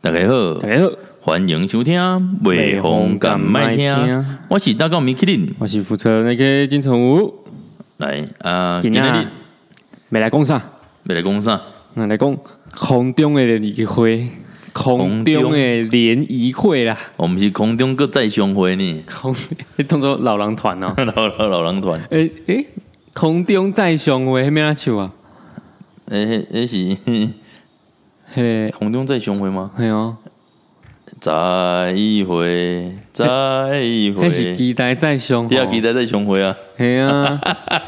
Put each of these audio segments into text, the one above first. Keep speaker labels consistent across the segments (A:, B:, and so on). A: 大家好，
B: 大家好，
A: 欢迎收听《美红敢麦听》
B: 麦听，
A: 我是大高米克林。
B: 我是负责那个金城武，
A: 来啊，今
B: 今
A: 天
B: 天
A: 你
B: 啊没来讲啥，
A: 要来讲啥？
B: 那来讲空中的联谊会，
A: 空
B: 空
A: 中
B: 中的联谊会啦，
A: 我们是空中各再相会呢，，
B: 空 当做老人团哦
A: 老老老人团，
B: 诶诶，空中再相会，迄咩啊唱啊？
A: 诶、诶是
B: 嘿，
A: 空中再相会吗？
B: 嘿哦，
A: 再一回，再 一回
B: 迄，是 哦期待再相
A: 第
B: 会
A: 二，期待再相会啊！
B: 嘿啊，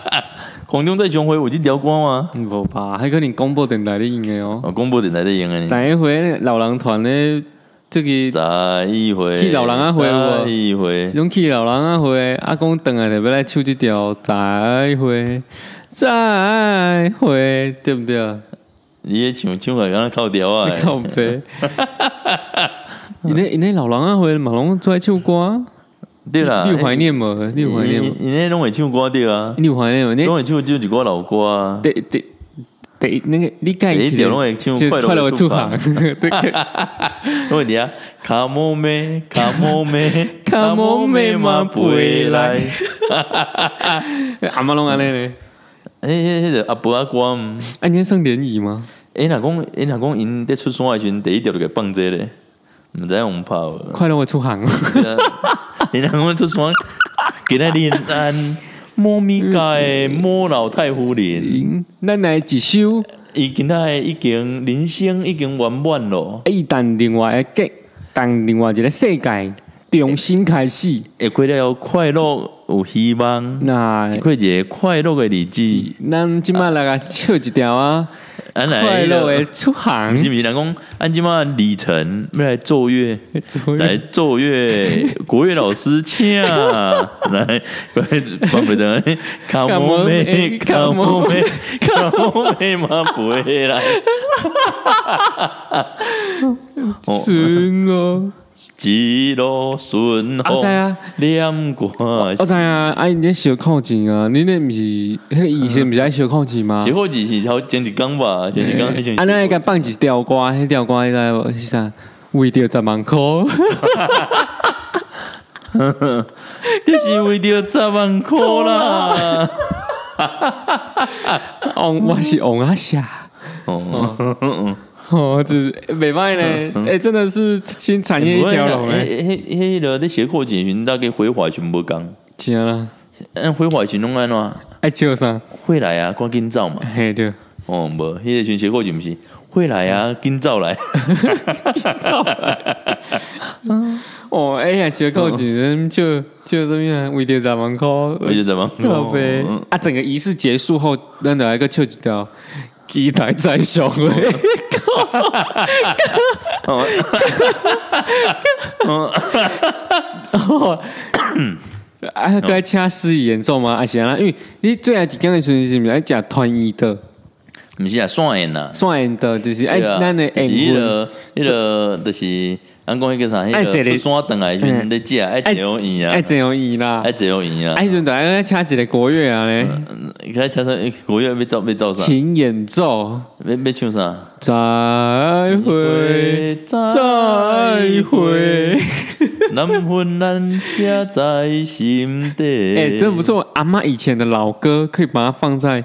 A: 空中再相会，有去聊光吗？
B: 无吧？迄可能广播电台咧用的哦，
A: 哦，广播电台在用的呢。
B: 上一回那个老人团咧，这个
A: 再一回，
B: 去老人啊回
A: 再
B: 有无
A: 一回，
B: 勇气老人啊会，阿公等来就要来唱这条再会，再会，对不对？
A: 你也唱唱来，敢若靠调啊
B: 你？ 靠背，因那因那老人啊会嘛拢做爱唱歌，
A: 对啦，
B: 你有怀念无？你有怀念无？
A: 你你那拢会唱歌对啊，
B: 你有怀念无？你
A: 拢会唱就一歌老歌 啊。
B: 第第第那个你改
A: 第一条拢会唱
B: 就
A: 快乐
B: 快乐
A: 的出
B: 出
A: 行
B: 行，对
A: 拢会伫啊，卡莫妹，卡莫妹，
B: 卡莫妹嘛陪来
A: 诶
B: 阿妈拢安尼咧。
A: 迄迄个阿伯阿歌嗯，
B: 啊，你在算联谊吗？
A: 诶，若讲诶，若讲因在出山诶时阵，第一条就给放这咧，毋知影有拍 无。
B: 快乐的出行，
A: 因若讲出山，今仔日咱莫咪家诶莫老太夫人，
B: 咱来一首，
A: 伊今仔已经人生已经圆满咯。
B: 伊等另外一个，等另外一个世界重新开始。
A: 会过了有快乐，有希望，
B: 那
A: 过一个快乐的日子，
B: 咱即摆来个唱一条啊，
A: 咱来
B: 快乐的出
A: 不是
B: 行。
A: 不是，人讲按即嘛里程要来奏乐，
B: 哎
A: 来奏乐，国乐老师请 来，放不得，哎卡莫妹，卡莫妹，卡莫妹嘛不会 来，哦
B: 顺哦，
A: 一路顺
B: 啊我知
A: 风
B: 啊，
A: 念歌
B: 我知啊，啊，你咧小靠钱啊，你咧毋是迄个医生毋是爱小靠钱吗
A: 结？果就是头前一工吧，前一工
B: 啊，咱个放一条歌，迄条歌迄个是啥？为着十万箍，
A: 就是为着十万块啦。
B: 王我是王阿霞。
A: 哦，
B: 哦，就是袂歹呢，诶，真的是新产业一条
A: 欸
B: 龙诶，
A: 迄迄迄个咧斜扣警巡，大概回话全无讲，
B: 真啊啦，
A: 咱回话群拢安怎？
B: 爱笑啥？
A: 会来啊，赶紧走嘛。
B: 嘿对，
A: 哦，无，迄个群斜扣警毋是会来啊，紧走来。
B: 哦，哎呀，小扣钱就就什么啊？为着十万箍，
A: 我就怎么？
B: 靠呗
A: 哦
B: 啊！整个仪式结束后，咱就来个唱一条《期待再相会》哦。啊，该请司仪演奏吗？还是啊，因为你最后一天的时候是毋是爱食团圆的、
A: 毋是啊，算演啦。
B: 算圆的，就是爱
A: 对啊，
B: 咱的
A: 就是迄
B: 演分，
A: 个迄个就是咱讲迄个啥，迄
B: 爱坐
A: 个出
B: 咧
A: 山等来的时阵咧食，爱坐圆
B: 爱
A: 啊，
B: 怎样演啦？
A: 爱坐圆啊
B: 啊，。迄阵就爱请一个国乐啊咧，
A: 嗯，开车上国乐要走要走啥？
B: 请演奏，
A: 要要唱啥？
B: 再会，再会。
A: 难分难舍在心底。
B: 哎、真不错！阿妈以前的老歌可以把它放在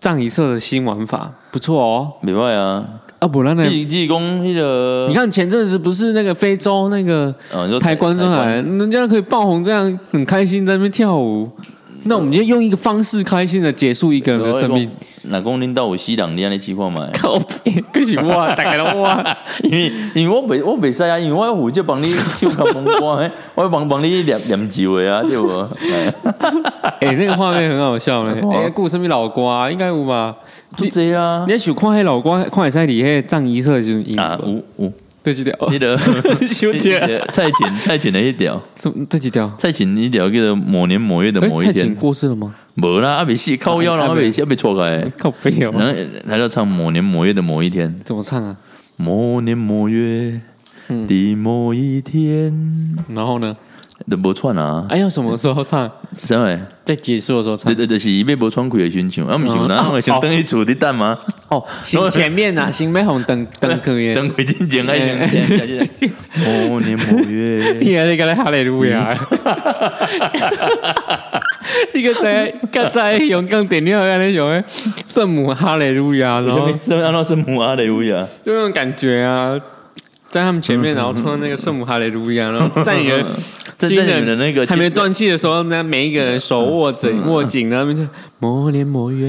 B: 藏一社的新玩法，不错哦。
A: 袂歹啊。
B: 啊，不然呢？
A: 你你讲迄个
B: 你，看前阵子不是那个非洲那个
A: 哦你说
B: 抬棺上来，人家可以爆红，这样很开心在那边跳舞。那我们就用一个方式开心的结束一个人的生命。。
A: 若哎讲恁兜有死人，你安尼试看嘛？
B: 靠边，可是我 大概都我
A: 因为因为我袂我袂使啊，因为我要负责帮你唱卡风歌，嘿我要帮帮你 念念咒的啊，对无？哎
B: 哎、那个画面很好笑呢。
A: 么
B: 哎、顾什么老瓜应该有吧？
A: 就这啊
B: 你。要想看迄老瓜，看会使里迄藏一社就是赢
A: 啊，
B: 吧，
A: 有有，
B: 对这条，
A: 迄个
B: 小
A: 那那，个蔡琴蔡琴的迄条，
B: 什么对这条。
A: 蔡琴迄条叫做某年某月的
B: 哎，
A: 某一
B: 蔡琴
A: 天，
B: 过世了吗？
A: 无啦，阿袂死靠腰啦，阿
B: 啊
A: 袂阿袂错开。
B: 靠背
A: 然
B: 哦，
A: 后来到唱某年某月的某一天，
B: 怎么唱啊？嗯
A: 某年某月的某一天，
B: 然后呢？
A: 都无串啊，
B: 哎，要什么时候唱？嗯
A: 真诶，
B: 在结束的时候唱
A: 对。对对，就是伊要无穿开的先唱，啊，毋是有
B: 哦
A: 哪会想等伊厝伫等吗？
B: 哦，行前面呐，行没红 灯灯可 以。
A: 等开进前爱
B: 哎
A: 先。某年某 月，
B: 啊你还在跟他哈利路亚？你嗯个在个在用港电影安尼用诶，圣母哈利路亚，然
A: 什
B: 后
A: 么什么哦安怎是母阿的有呀？
B: 就那种感觉啊，在他们前面，然后穿那个圣母哈利路亚，然后在你 的
A: 在
B: 军人
A: 在你们的那个嗯
B: 还没断气的时候，那每一个人手握着握紧，然后他们就摩连摩月，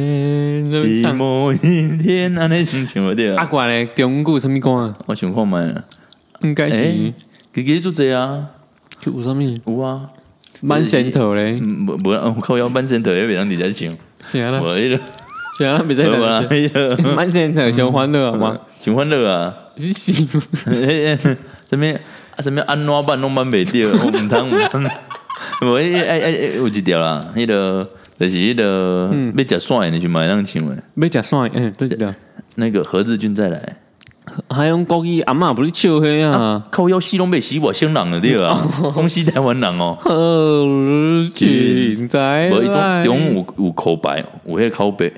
B: 那边
A: 比
B: 唱。
A: 哎某一天安尼先唱对
B: 阿
A: 啊，
B: 管嘞，中古什么歌啊？
A: 我想看觅啊，
B: 应该是
A: 诶，其实做这啊，
B: 有啥物？
A: 有啊，
B: 蛮神头嘞，
A: 嗯无无啊，靠腰半身头也袂当底下唱，
B: 行啊啦，
A: 无迄个，
B: 行啦，别再
A: 无啦嗯
B: 等，。
A: 迄个，
B: 蛮神头，想欢乐好吗？
A: 想欢乐啊。
B: 你是
A: 诶，诶什么啊？什么安怎办拢办袂着，我毋通毋通。 无迄哎哎哎，有一条啦，迄个就是迄个
B: 嗯
A: 要食线的，你去买当唱诶。
B: 要食蒜？嗯，对的。
A: 那个何志俊再来，
B: 还用国语阿嬷不是笑嘿啊？
A: 靠腰西拢被洗我先人了对 啊，拢西台湾人哦。
B: 好景在
A: 无伊种
B: 哎来，
A: 中有有口白，有迄个口白。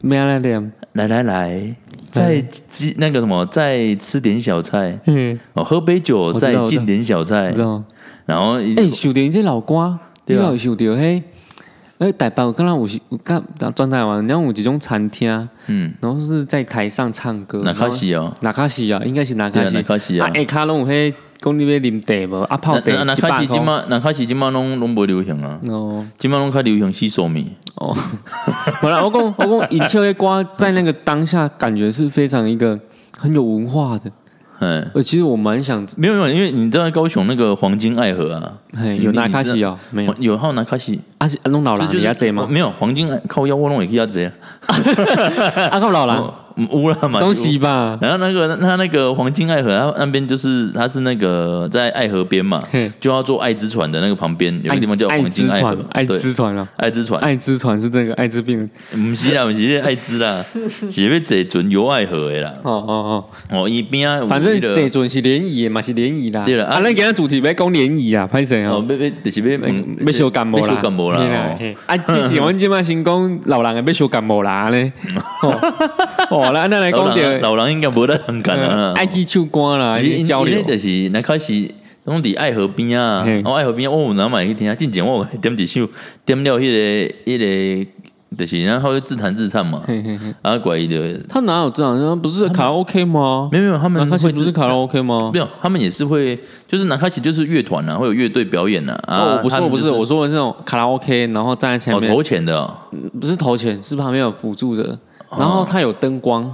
B: 咩来念？
A: 来来来，再吃那个什么，再吃点小菜
B: 嗯，
A: 哦，喝杯酒，
B: 知道
A: 再进点小菜
B: 你知，道吗？
A: 然后一
B: 哎，想到你这老歌，你
A: 对啊
B: 老有想到嘿？哎，台北刚刚有是有刚转台湾，然后有一种餐厅，
A: 嗯，
B: 然后是在台上唱歌。
A: 那开始哦，
B: 哪卡西啊？应该是哪卡
A: 对啊
B: 西？
A: 哪卡西啊
B: 哎，卡拢有嘿，讲你要啉茶无？啊，泡
A: 那
B: 茶
A: 那那
B: 一
A: 开
B: 百
A: 始即
B: 块。
A: 马，那开始即马拢拢无流行啊，
B: 哦
A: 即马拢较流行洗手米，
B: 哦，本来我讲我讲，尹秋叶瓜在那个当下感觉是非常一个很有文化的。
A: 嗯，
B: 呃，其实我蛮想，
A: 没有没有，因为你知道高雄那个黄金爱河啊，
B: 嘿，
A: 你
B: 有哪卡
A: 你
B: 西
A: 知
B: 哦？没有
A: 道，有还有那开始，
B: 啊是啊弄老人
A: 就
B: 你
A: 是
B: 要这吗？
A: 没有黄金爱靠腰我拢会去遐坐啊，
B: 啊靠老人
A: 嗯有啦嘛，
B: 东
A: 有
B: 西吧？
A: 然后那个他那个黄金爱河，他那边就是他是那个在爱河边嘛
B: 嘿，
A: 就要坐爱之船的那个旁边有个地方叫
B: 爱
A: 黄
B: 之
A: 金爱河
B: 船，，爱
A: 对
B: 之船啊，
A: 爱之船，哎
B: 爱之船是这个爱之病。
A: 不是啦，不是那个爱之 啦，是要坐船游爱河的啦。
B: 哦哦
A: 哦，伊边啊有
B: 哦，
A: 那个，
B: 反正这阵是联谊的嘛，是联谊啦。
A: 对啦啊
B: 啊，咱今日主题要讲联谊啊，拍谁
A: 哦
B: 哦？，
A: 要要就是要问
B: 要小感冒
A: 要
B: 啦，
A: 小感冒啦。
B: 嘿
A: 哦
B: 嘿啊，你是阮即摆先讲老人诶，要小感冒 啦咧。哦，哦，咱咱来讲
A: 老人啊
B: 着呃
A: 老人应该无得很感啊。
B: 爱去唱歌啦，
A: 因
B: 去呃交
A: 因
B: 流
A: 为。就是那开始拢伫爱河边啊，
B: 嘿
A: 然后爱河边我有哪买去听啊，进前我有点一首点了迄、个迄、个，就是然后自弹自唱嘛，
B: 嘿嘿嘿，
A: 啊怪伊的，
B: 他哪有这样？那不是卡拉 OK 吗？
A: 没有没有，他
B: 那
A: 们
B: 啊他
A: 会
B: 不是
A: 自。
B: 卡拉 OK 吗？
A: 没有，他们也是会，就是哪开始就是乐团啊，会有乐队表演啊。啊，
B: 哦，不是
A: 他们
B: 不，
A: 就是
B: 我说的是那种卡拉 OK，然后站在前
A: 哦
B: 面
A: 投，钱的哦，
B: 不是投钱，是旁边有辅助的，然后它有灯光，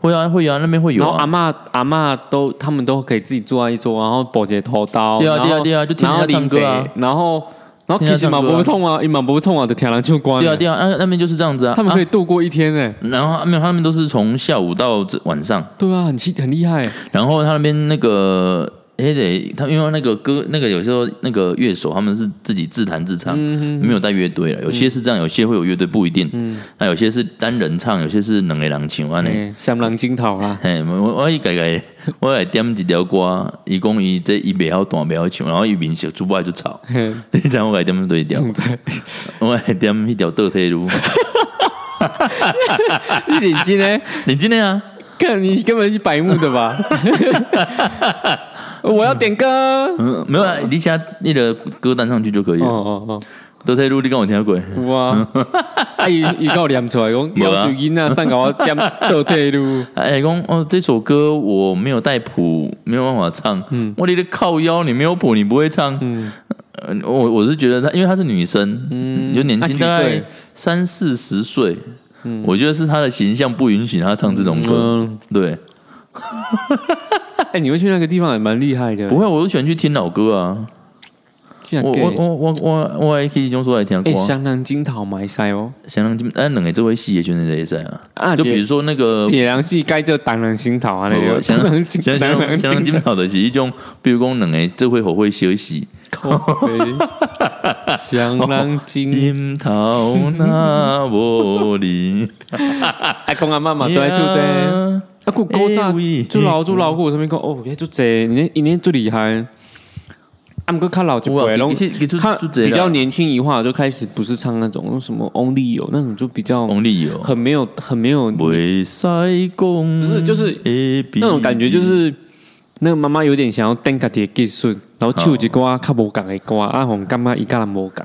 A: 会啊会啊，那边会有
B: 然后阿
A: 啊。
B: 嬷阿嬷都他们都可以自己坐在一桌，然后保洁头刀，
A: 对啊
B: 然
A: 对啊
B: 后
A: 对啊就听人家唱歌啊，
B: 然后然后然后
A: 听
B: 其
A: 人
B: 实
A: 家
B: 嘛
A: 唱歌啊
B: 不痛啊，伊嘛不痛啊，就听人就关
A: 对啊
B: 了，
A: 对啊，那那边就是这样子啊。
B: 他们可
A: 啊
B: 以度过一天诶，
A: 然后没有，他们都是从下午到这晚上，
B: 对啊，很气很厉害，
A: 然后他那边那个，哎得他因为那个歌，那个有时候那个乐手他们是自己自弹自唱，没有带乐队了。有些是这样，有些会有乐队，不一定。那有些是单人唱，有些是两个人唱安尼。
B: 哎，香囊金桃 啦，
A: 嘿，我我我伊改改，我来点一条歌，伊讲伊这伊袂晓弹，袂晓唱，然后伊面色主播就吵。
B: 嘿
A: 你知道我来点对一条，我来点迄条倒退路。
B: 你领巾呢？
A: 你真的啊？
B: 看你根本是白目的吧？ 我要点歌，哦
A: 嗯，没有啊，你写那个歌单上去就可以了。
B: 哦哦。
A: 倒退路你敢有听过？
B: 有啊， 啊伊伊甲我念出来 讲，
A: 无啊
B: 要求囡仔送甲我点倒退路，
A: 哎，讲哦，这首歌我没有带谱，没有办法唱。嗯，我你的靠腰，你没有谱，你不会唱。嗯，呃、我我是觉得她，因为她是女生，嗯，就年
B: 啊
A: 轻，
B: 几
A: 大概
B: 岁
A: 三四十岁。嗯，我觉得是她的形象不允许她唱这种歌。
B: 嗯，
A: 对，
B: 哎、你会去那个地方也蛮厉害的，
A: 不会，我就喜欢去听老歌啊。
B: 竟然
A: 我
B: gay
A: 我我我我我还可以用说来听歌啊
B: 哎，。香囊金桃埋塞哦，
A: 想让金，哎，两个这位戏也全是这一赛啊。
B: 啊
A: 就比如说那个
B: 解凉系该叫当然心桃啊，那个
A: 香
B: 香囊
A: 港
B: 金
A: 香
B: 当然
A: 港香港
B: 金
A: 金宝的是一种，比如讲两个这会好会休息，
B: 桃，对香囊金，
A: 金头那无离，
B: 阿公阿妈嘛都爱唱这，
A: 呀
B: 啊，古古早
A: 哎喂
B: 做老做老古有什么讲哦，原来做这，你那你那最厉害，啊，毋过较老一
A: 有啊
B: 辈拢
A: 其实其实
B: 较
A: 就这啦
B: 比较年轻一化，就开始不是唱那种什么 Only 有那种就比较
A: 红利哦，
B: 很没有很没有
A: 袂使讲，不
B: 是就是那种感觉，就是那个妈妈有点想要等家己的技术，然后唱一歌较无共的歌，啊，互感觉伊甲人无共。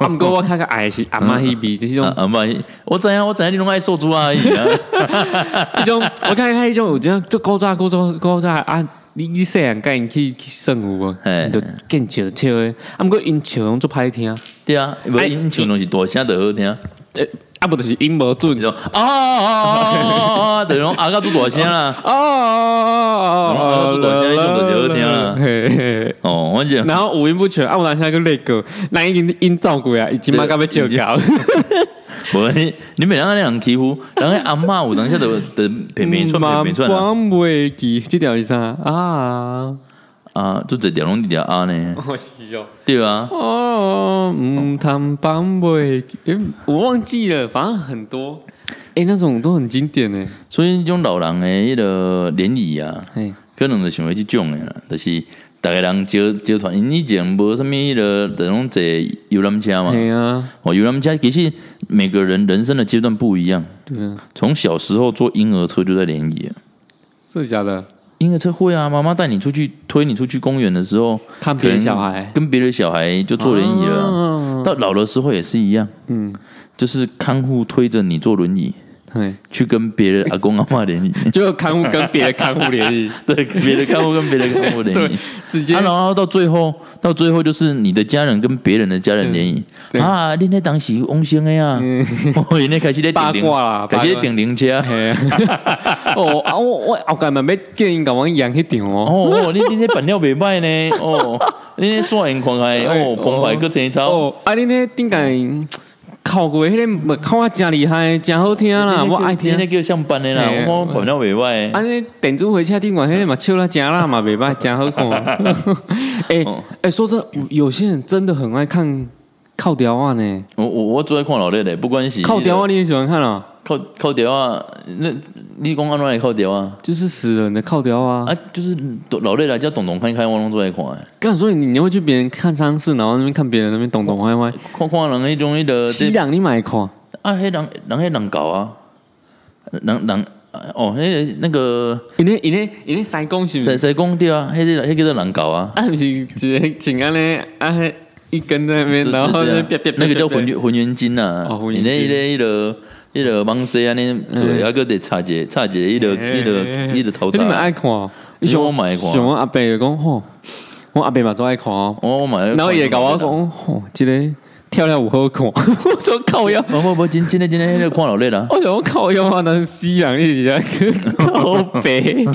B: 啊，毋过我较较爱的是阿嬷迄边，就是那种
A: 啊，妈，我知影，我知影你拢爱受猪阿姨啊，
B: 迄种，我看看迄种有这样，就古早古早古早啊，你你细汉甲因去去耍有无？
A: 嘿
B: 你就见笑笑的，啊，毋过因笑拢足歹听，
A: 对啊，无
B: 哎
A: 因唱拢是大声就好听，
B: 诶，啊，无就是音无准
A: 你。说啊啊啊啊，等于啊个做大声啦，
B: 哦哦哦哦，嘿嘿。
A: 哦，我讲
B: 然后五音不全，啊，我拿下一个泪哥，那音音照顾呀，已经嘛该被救掉。
A: 无你你每人安尼人欺负，人家阿嬷有当下就就
B: 嗯
A: 平平串平平串啊，
B: 光袂记，这条是啥啊？
A: 啊，就一条拢一条啊呢，
B: 我是 哦，
A: 对啊，
B: 哦，嗯，谈帮袂记，诶我忘记了，反正很多，哎、那种都很经典诶。
A: 所以迄种老人的迄个联谊啊。
B: 哎、
A: 可能就想要即种诶啦，就是逐个人招招团，因以前无啥物迄落，就拢坐游览车嘛。
B: 嘿啊，
A: 哦，游览车其实每个人人生的阶段不一样，
B: 对啊，
A: 从小时候坐婴儿车就在联谊了，啊
B: 真的假的？
A: 婴儿车会啊，妈妈带你出去推你出去公园的时候，
B: 看别人小孩
A: 跟别的小孩就坐轮椅了啊、
B: 啊，
A: 到老的时候也是一样，
B: 嗯，
A: 就是看护推着你坐轮椅
B: 嘿，
A: 去跟别的阿公阿嬷 联谊，
B: 就看护跟别的看护联 谊，
A: 对，别的看护跟别的看护联谊
B: 对。，直接
A: 啊，然后到最后，到最后就是你的家人跟别人的家人联谊
B: 嗯对嗯
A: 啊，你那当时翁生的呀， 哦，那开始在
B: 八
A: 顶
B: 卦啦
A: 零，开始在顶零 车，
B: 嘿啊，哦啊，我我后盖嘛要建议甲阮养迄场哦，
A: 哦哦，你你那板料袂歹呢，哦，你那耍很 狂开，哦，澎湃个真操，
B: 哎哦，啊，恁迄顶间考过迄个嘛，考啊真厉害，真好听啦，我爱听
A: 你。那叫上班的啦，
B: 嘿
A: 我板料袂
B: 啊，
A: 歹，
B: 那电子火车顶管迄个嘛，笑啦，真啦嘛，袂歹，真好 看。
A: 哦
B: 哎哎，说真的，有些人真的很爱看靠雕啊呢，
A: 我我我最爱看老热的，不管是
B: 靠雕啊，你也喜欢看啊？
A: 靠靠条啊，那你讲安怎来靠条啊？
B: 就是死人的靠雕啊。
A: 啊，就是老热来叫董董看看，我拢最爱看的。
B: 刚所以你你会去别人看丧事，然后那边看别人那边懂懂歪歪。
A: 看看人迄种迄个
B: 西凉你买看，
A: 啊，迄人人迄人搞啊，人人哦，迄个那个
B: 因为因为因为三公是不是
A: 谁？谁讲对啊？迄个迄个叫做人搞啊，
B: 啊，不是直接请安尼啊，一根在那边，
A: 对
B: 然后
A: 对
B: 就
A: 啊
B: 啪啪啪
A: 那个叫
B: 啪啪
A: 浑圆浑圆金啊，
B: 哦浑圆金嗯
A: 迄个迄个迄个芒西安尼，对，啊个得插一个插一个迄个迄个迄个头啊
B: 你们
A: 罩，
B: 爱看哦，
A: 你
B: 像
A: 我嘛爱看
B: 像我阿伯就讲吼，我阿伯嘛都爱看哦，
A: 我我买，
B: 然后伊啊会甲我讲吼，即个跳了有好看， 我说靠腰，
A: 哦我我我今今天今天迄个看老累啦，
B: 我想讲靠腰啊，那是西人你直接靠 北，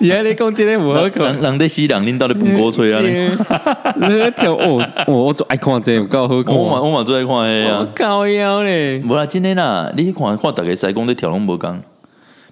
B: 你还咧讲即个有好看
A: 人。人在西人恁到底本锅吹啊？
B: 你咧跳哦，哦我就爱看这个有够好看，
A: 我嘛我嘛最爱看迄
B: 我
A: 啊，
B: 靠腰咧，
A: 无啦，真诶啦，你去看看逐个西讲咧跳拢无共。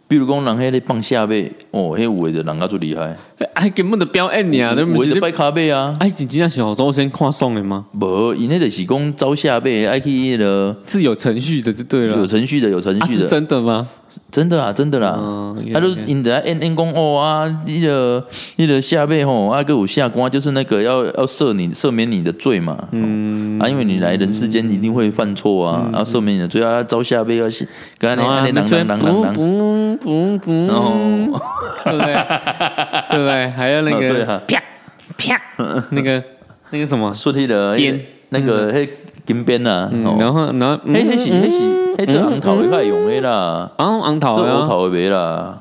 A: 比如讲，人迄咧放下尾，哦，迄有诶就人家最厉害。
B: 哎根本就表演你啊，都
A: 我
B: 不是
A: 就拜卡背啊，
B: 哎，真正是好周先看爽的吗？
A: 无，因迄著是讲招下辈爱去迄个
B: 是有程序的就对
A: 有
B: 了。
A: 程序的，有程
B: 啊，
A: 序
B: 是
A: 的，
B: 真的吗？
A: 真的啊，真的啦
B: 嗯，OK，OK。
A: 他就因在因因讲哦啊，迄个迄个下辈吼，啊个有下官就是那个要要赦你赦免你的罪嘛，嗯啊，因为你来人世间一定会犯错
B: 嗯
A: 啊，啊赦免你的罪啊，招下辈要是，跟
B: 然
A: 那
B: 后
A: 那
B: 他
A: 那
B: 们
A: 那
B: 就会
A: 那那
B: 哦不嗯
A: 那，
B: 啊不不不，
A: 然后
B: 对不对？ 对不对？还有那
A: 啊哦对
B: 个
A: 啊
B: 啪啪，那个那个什么，
A: 顺利的那个
B: 边
A: 那个迄金边啊，
B: 嗯
A: 哦，
B: 然后然后
A: 迄
B: 嗯
A: 迄是迄是迄只红头的较用的啦，
B: 啊，昂头
A: 做
B: 的
A: 乌
B: 啊，
A: 头的袂啦。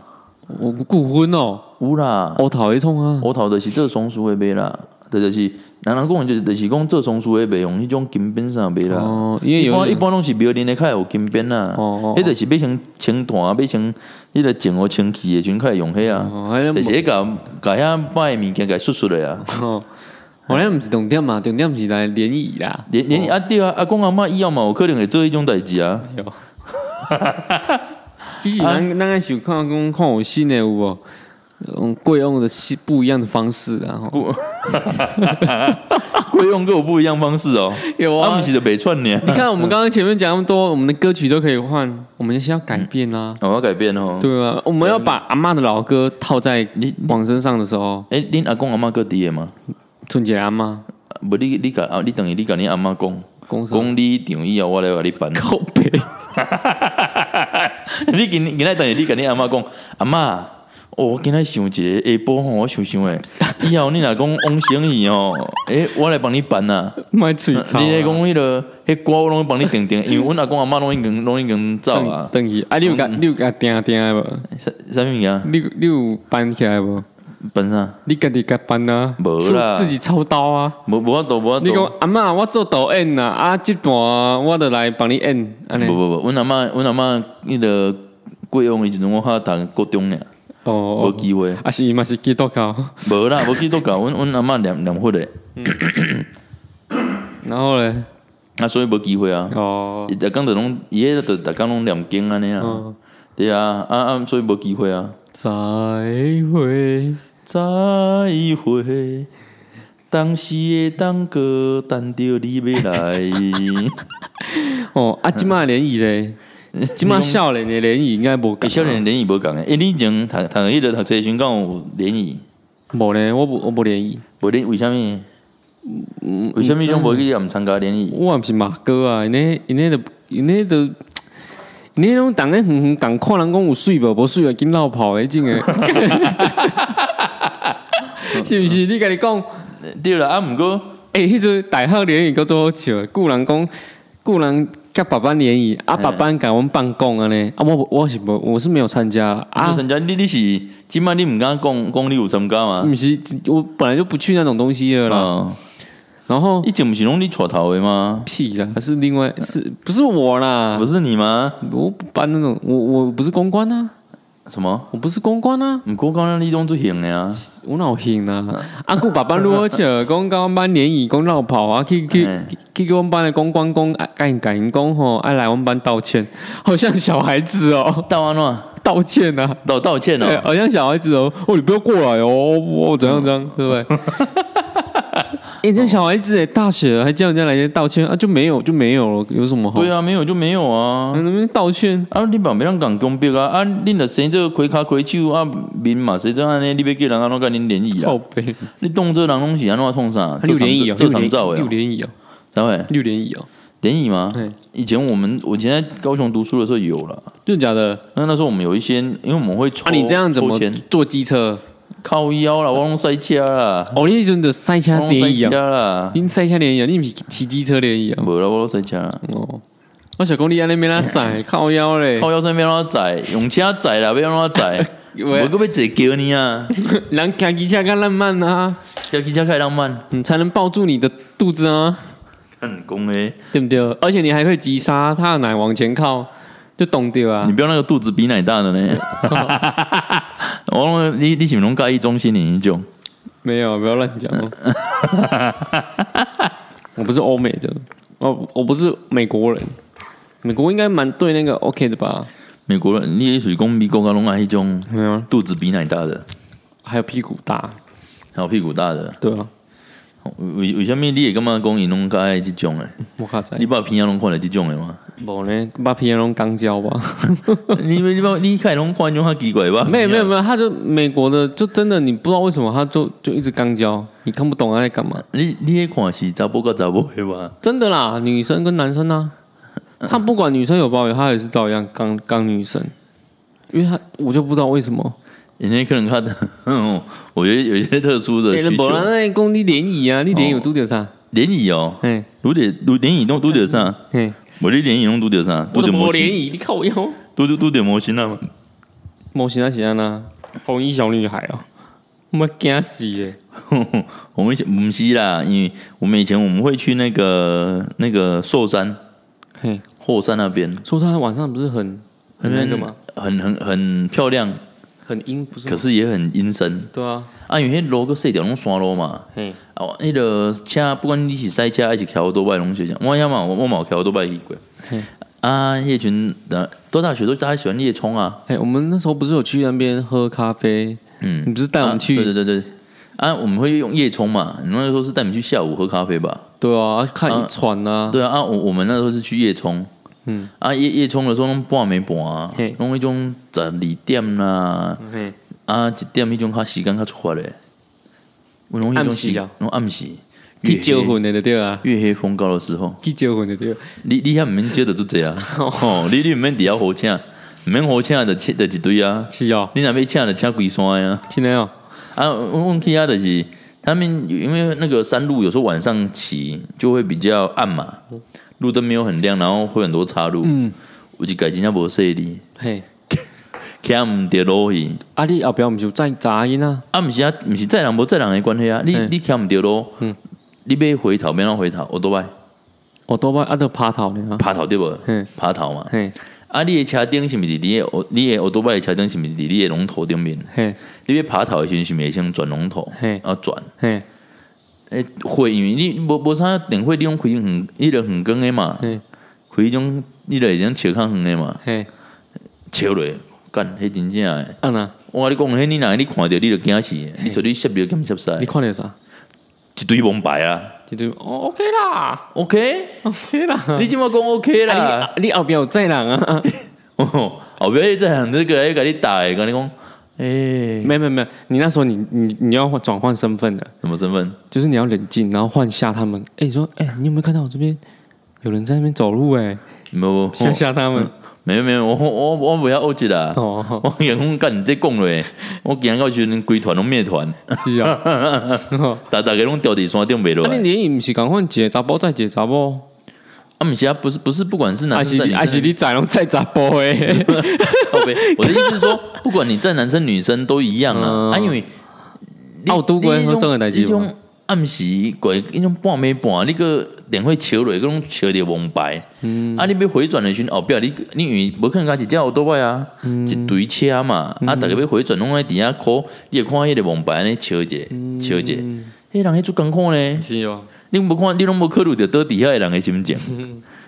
B: 我骨昏哦，
A: 有啦，
B: 我头一冲啊，
A: 乌头就是做松树的卖啦，对就是人人讲就是就是讲做松树的卖用迄种金边上卖啦。
B: 哦，因为
A: 一
B: 有
A: 般一
B: 一
A: 般拢是庙里的较有金边啦，
B: 哦哦
A: 迄就是要先清炭，要先迄个净互清气的时阵较会用迄啊，
B: 哦，还有
A: 就是迄甲甲遐摆的物件甲出出来啊。
B: 哦，我那不是重点嘛，重点是来联谊啦，
A: 连连啊对啊，阿公阿嬷以后嘛，有可能会做迄种代志 啊。
B: 有。其实咱咱爱想看讲看有新的有无？嗯，贵用的是不一样的方式啊啦，然后
A: 会用各有不一样方式哦，
B: 有
A: 啊，
B: 啊
A: 毋。是嗯就北串呢。
B: 你看我们刚刚前面讲那么多，我们的歌曲都可以换，我们是要改变啊，
A: 我要改变哦。
B: 对啊，我们要把阿嬷的老歌套在往身上的时候，
A: 诶，恁阿公阿嬷各伫诶吗？
B: 剩一个阿妈
A: 无你你甲啊，你等于你甲你阿嬷讲，
B: 讲啥
A: 讲你场以后我来甲你办。
B: 靠背，
A: 你今今仔等于你甲你阿嬷讲，阿嬷，哦，我今仔想一个下晡吼，我想想 诶，以后你若讲往生意吼，哦诶、我来帮你办啊。
B: 卖嘴臭啊。
A: 你咧讲迄落，迄歌我拢帮你定 定，因为阮阿公阿嬷拢已经拢已经走啊
B: 等。等去，啊，你有甲你有甲定定的无？
A: 啥啥物啊？
B: 啊你有你有搬起来无？
A: 本啥？
B: 你家己甲搬啊？
A: 无
B: 自
A: 啦
B: 自己操刀啊。
A: 无无法度，无法
B: 你讲
A: 度。
B: 阿嬷，我做导演呐，啊，即段我就来帮你演，安尼
A: 无。无无，阮阿嬷阮阿嬷迄落过往的时阵，我还读高中俩，
B: 哦
A: 无
B: 哦，
A: 机会。
B: 啊是伊嘛是基督教，
A: 无啦，无去都教阮阮阿嬷念念佛的，
B: 然后咧，
A: 啊，所以无机会啊。
B: 哦
A: 伊逐工都拢，伊迄就逐工拢念经安尼啊
B: 嗯。
A: 对啊，啊啊，所以无机会啊。
B: 再会，
A: 再会，当时的当哥等着你要来。
B: 哦
A: 嗯
B: 啊，即马联谊咧，即马少年的联谊应该无啊
A: 诶，
B: 够，
A: 少年联谊无共诶，诶，嗯你以前读读迄个读册时阵，敢有联谊？
B: 无咧，我无我无联谊，
A: 无联为虾米？为虾米种无去也毋参加联谊？
B: 我也毋是马哥啊，因咧因咧都因咧都。因迄拢当咧远远共看人讲有水无，无水啊，紧绕跑迄 种诶，是毋是？你甲你讲，
A: 对啦，啊，毋过
B: 诶、迄阵大学联谊够做好笑的，故人讲，故人甲爸爸联谊，啊，爸爸甲阮办公安尼，啊，我我是无，我是没有参加啦
A: 啊，
B: 啊，
A: 参加你你是即摆你毋敢讲讲你有参加嘛？
B: 不是，我本来就不去那种东西嗯了啦。
A: 啊，
B: 然后
A: 以前毋是拢你带头的吗？
B: 屁啦，是另外
A: 嗯
B: 是不是啊我啦
A: 不？是你吗？
B: 我不办那种，我我不是公关啊，
A: 什么？
B: 我不是公关啊，
A: 毋过刚刚你拢做行的啊？
B: 我哪有行啊？
A: 嗯
B: 啊，顾爸爸如何笑，讲甲阮班联谊，讲绕跑啊，去去
A: 嗯
B: 去去阮班的公关公，啊甲因甲因讲吼，啊爱来阮班道歉，好像小孩子哦。
A: 道安怎？
B: 道歉啊，
A: 道道歉
B: 哎
A: 哦。
B: 好像小孩子哦，哦，你不要过来哦，我怎样怎样，对不对？ 哎，这小孩子哎，大学了还叫人家来道歉啊，就没有就没有了，有什么好？
A: 对啊，没有就没有啊
B: 啊，。那边道歉，
A: 啊，你嘛别人讲公逼啊！啊，恁若生这开骹开手啊，面嘛谁这安尼？你要叫人安怎甲恁联谊啊
B: 靠？背，
A: 你动这人拢是安怎创啥？
B: 六连椅哦，
A: 做长照
B: 六
A: 诶，
B: 连椅哦，
A: 啊啥会
B: 六连椅哦，
A: 联谊吗
B: 对？
A: 以前我们我以前在高雄读书的时候有了，
B: 真的假的？
A: 那那时候我们有一些，因为我们会抽，
B: 啊，你这样怎
A: 抽
B: 么
A: 签
B: 坐机车？
A: 靠腰啦，我拢塞车啦，
B: 哦，你真的塞
A: 我
B: 车
A: 拢
B: 联
A: 塞
B: 谊啊？
A: 车啦，
B: 你塞车联谊啊？你不是骑机车联谊啊？
A: 无啦，我拢塞车啦。
B: 哦，我小公你安那边拉载靠腰嘞，
A: 靠腰身边让他载，用车载啦，要让他载，
B: 喂
A: 我个要坐轿你啊，
B: 人开机车更浪漫啊！
A: 要去车开浪漫，
B: 你才能抱住你的肚子啊，
A: 看公诶，
B: 对不对？而且你还可以急刹，他的奶往前靠，就懂掉啊
A: 你。不要那个肚子比奶大的 呢。我拢你你是不是拢介意中心领种？
B: 没有，不要乱讲 哦。我不是欧美的，我我不是美国人，美国应该蛮对那个 OK 的吧？
A: 美国人，你也属于公民国家拢爱迄种
B: 没有，
A: 肚子比奶大的，
B: 还有屁股大，
A: 还有屁股大的。
B: 对啊，
A: 为为什么你也感觉讲伊拢较爱即种 诶？
B: 我靠在
A: 你。把片仔拢看着即种诶吗？
B: 无呢，把皮拢钢胶吧？
A: 你你把你看拢看种较奇怪吧？
B: 没有没有没有，他就美国的，就真的你不知道为什么他就就一直钢胶，你看不懂他在干嘛。
A: 你你咧看是查甫甲查某诶吧？
B: 真的啦，女生跟男生呢、啊，他不管女生有包围，他也是照样刚刚女生，因为他我就不知道为什么。
A: 人家可能 看的，我觉得有一些特殊的
B: 哎，
A: 需
B: 无
A: 求
B: 啦，。那讲你联谊啊，你联谊有拄着啥？
A: 联谊哦，
B: 嘿，
A: 如得如联谊拢拄着啥？
B: 嘿，
A: 无你联谊拢拄着啥？
B: 嗯我
A: 拄着
B: 都无
A: 啊模
B: 联
A: 型，
B: 谊，你靠我腰。
A: 拄着拄着模型啊！
B: 模型啊，是安呐，红衣小女孩哦，我惊死耶！
A: 我们不是啦，因为我们以前我们会去那个那个寿山
B: 嘿，
A: 后山那边，
B: 说他晚上不是很很那个吗？
A: 很很很漂亮，
B: 很阴不是
A: 可
B: 吗？
A: 是也很阴森
B: 对啊，
A: 啊！因为迄路个细条拢山路嘛，
B: 嘿，
A: 啊，迄个车不管你是塞车还是桥多拜拢是这样。我遐嘛，我我嘛有桥多拜去过
B: 嘿。
A: 啊，迄群人多大学都大家喜欢夜冲啊，
B: 哎嘿，我们那时候不是有去那边喝咖啡？
A: 嗯，
B: 你不是带我们去
A: 啊对对对对，啊，我们会用夜冲嘛，你那时候是带你们去下午喝咖啡吧？
B: 对啊，看船啊，
A: 对啊，啊，我我们那时候是去夜冲，嗯，啊夜夜冲的时候拢半暝半啊
B: 嘿，
A: 拢迄种十二点啦，
B: 嘿，
A: 啊啊一点迄种较时间较出发咧，我容易东西
B: 暗时啊，
A: 我暗时
B: 去
A: 月
B: 结
A: 黑
B: 婚的就对啊，
A: 月黑风高的时候，
B: 去结婚的对啊了。
A: 你你遐毋免接着就这 啊，吼，你你毋免伫遐好请，毋免好请就请就一堆啊，
B: 是哦，
A: 你若要请就请规山啊。
B: 现在哦，
A: 啊，阮阮去遐就是他们因为那个山路有时候晚上骑就会比较暗嘛，路灯没有很亮，然后会很多岔路。嗯，我就改真正无势力，
B: 嘿，
A: 骑毋着路去。
B: 啊，你后壁毋是有载查囡啊？
A: 啊，毋是啊，毋是载人无载人的关系啊，你
B: 嘿嗯
A: 你骑毋着路，你要回头，要怎回头，我都拜
B: 我都要啊，都趴头呢啊。
A: 爬头对无
B: 嘿？
A: 爬头嘛。
B: 嘿，
A: 啊，你的车顶是毋是伫你的，你的我都拜的车顶是毋是伫你的龙头顶面？
B: 嘿，
A: 你要爬头的时阵是毋是会先转龙头
B: 嘿？
A: 啊转。
B: 嘿，
A: 诶、呃会因为你无无啥电火，你用开远，迄个远光的嘛，
B: 嘿，
A: 开迄种，你就会种笑较远的嘛，
B: 嘿，
A: 笑落，干，迄真正诶。
B: 啊呐，
A: 我甲你讲，迄你若你看着你就惊死，你绝对摄着兼摄
B: 你
A: 晒，
B: 看着啥？
A: 一堆蒙牌啊。
B: 一堆哦，OK 啦
A: OK，
B: ，OK 啦。
A: 你即么讲 OK
B: 啊你
A: 啦？
B: 嗯啊你后壁有载人啊？
A: 哦，后壁迄在人这个，迄甲你打诶，甲你讲，哎诶、
B: 没有没有没有，你那时候你你你要换转换身份的，
A: 什么身份？
B: 就是你要冷静，然后换下他们。哎，你说，哎，你有没有看到我这边有人在那边走路？哎，
A: 没有，没
B: 吓吓他们。
A: 没有没有，我我我不要恶质啦。
B: 哦，
A: 我眼讲干你这讲落，我惊到时阵规团拢灭团，
B: 是 啊。哦
A: 逐逐个拢掉伫山顶袂落
B: 啊，
A: 来
B: 你。联谊毋是共款一个查甫载一个查某，
A: 啊，不是啊，不是不是，不管是
B: 还
A: 男
B: 是
A: 生在
B: 你还
A: 女
B: 是
A: 生，
B: 你载拢载哎查甫 诶？
A: 靠北我的意思是说，不管你在男生女生都一样
B: 嗯
A: 啊，啊，因为你
B: 啊有拄过
A: 你那种
B: 发生的代志吗
A: 你那种暗时拐迄种半暝半，你个脸会笑落，迄种笑着蒙白。
B: 嗯
A: 啊，你要回转的时阵，后壁你你因为无可能家一只有倒摆啊，
B: 嗯
A: 一堆车嘛，啊，逐个要回转拢爱伫遐哭，你会看迄个蒙白安尼笑者
B: 嗯
A: 笑者，迄人迄做艰苦呢，
B: 是哦。
A: 你无看你拢无考虑着倒底下的人的心情。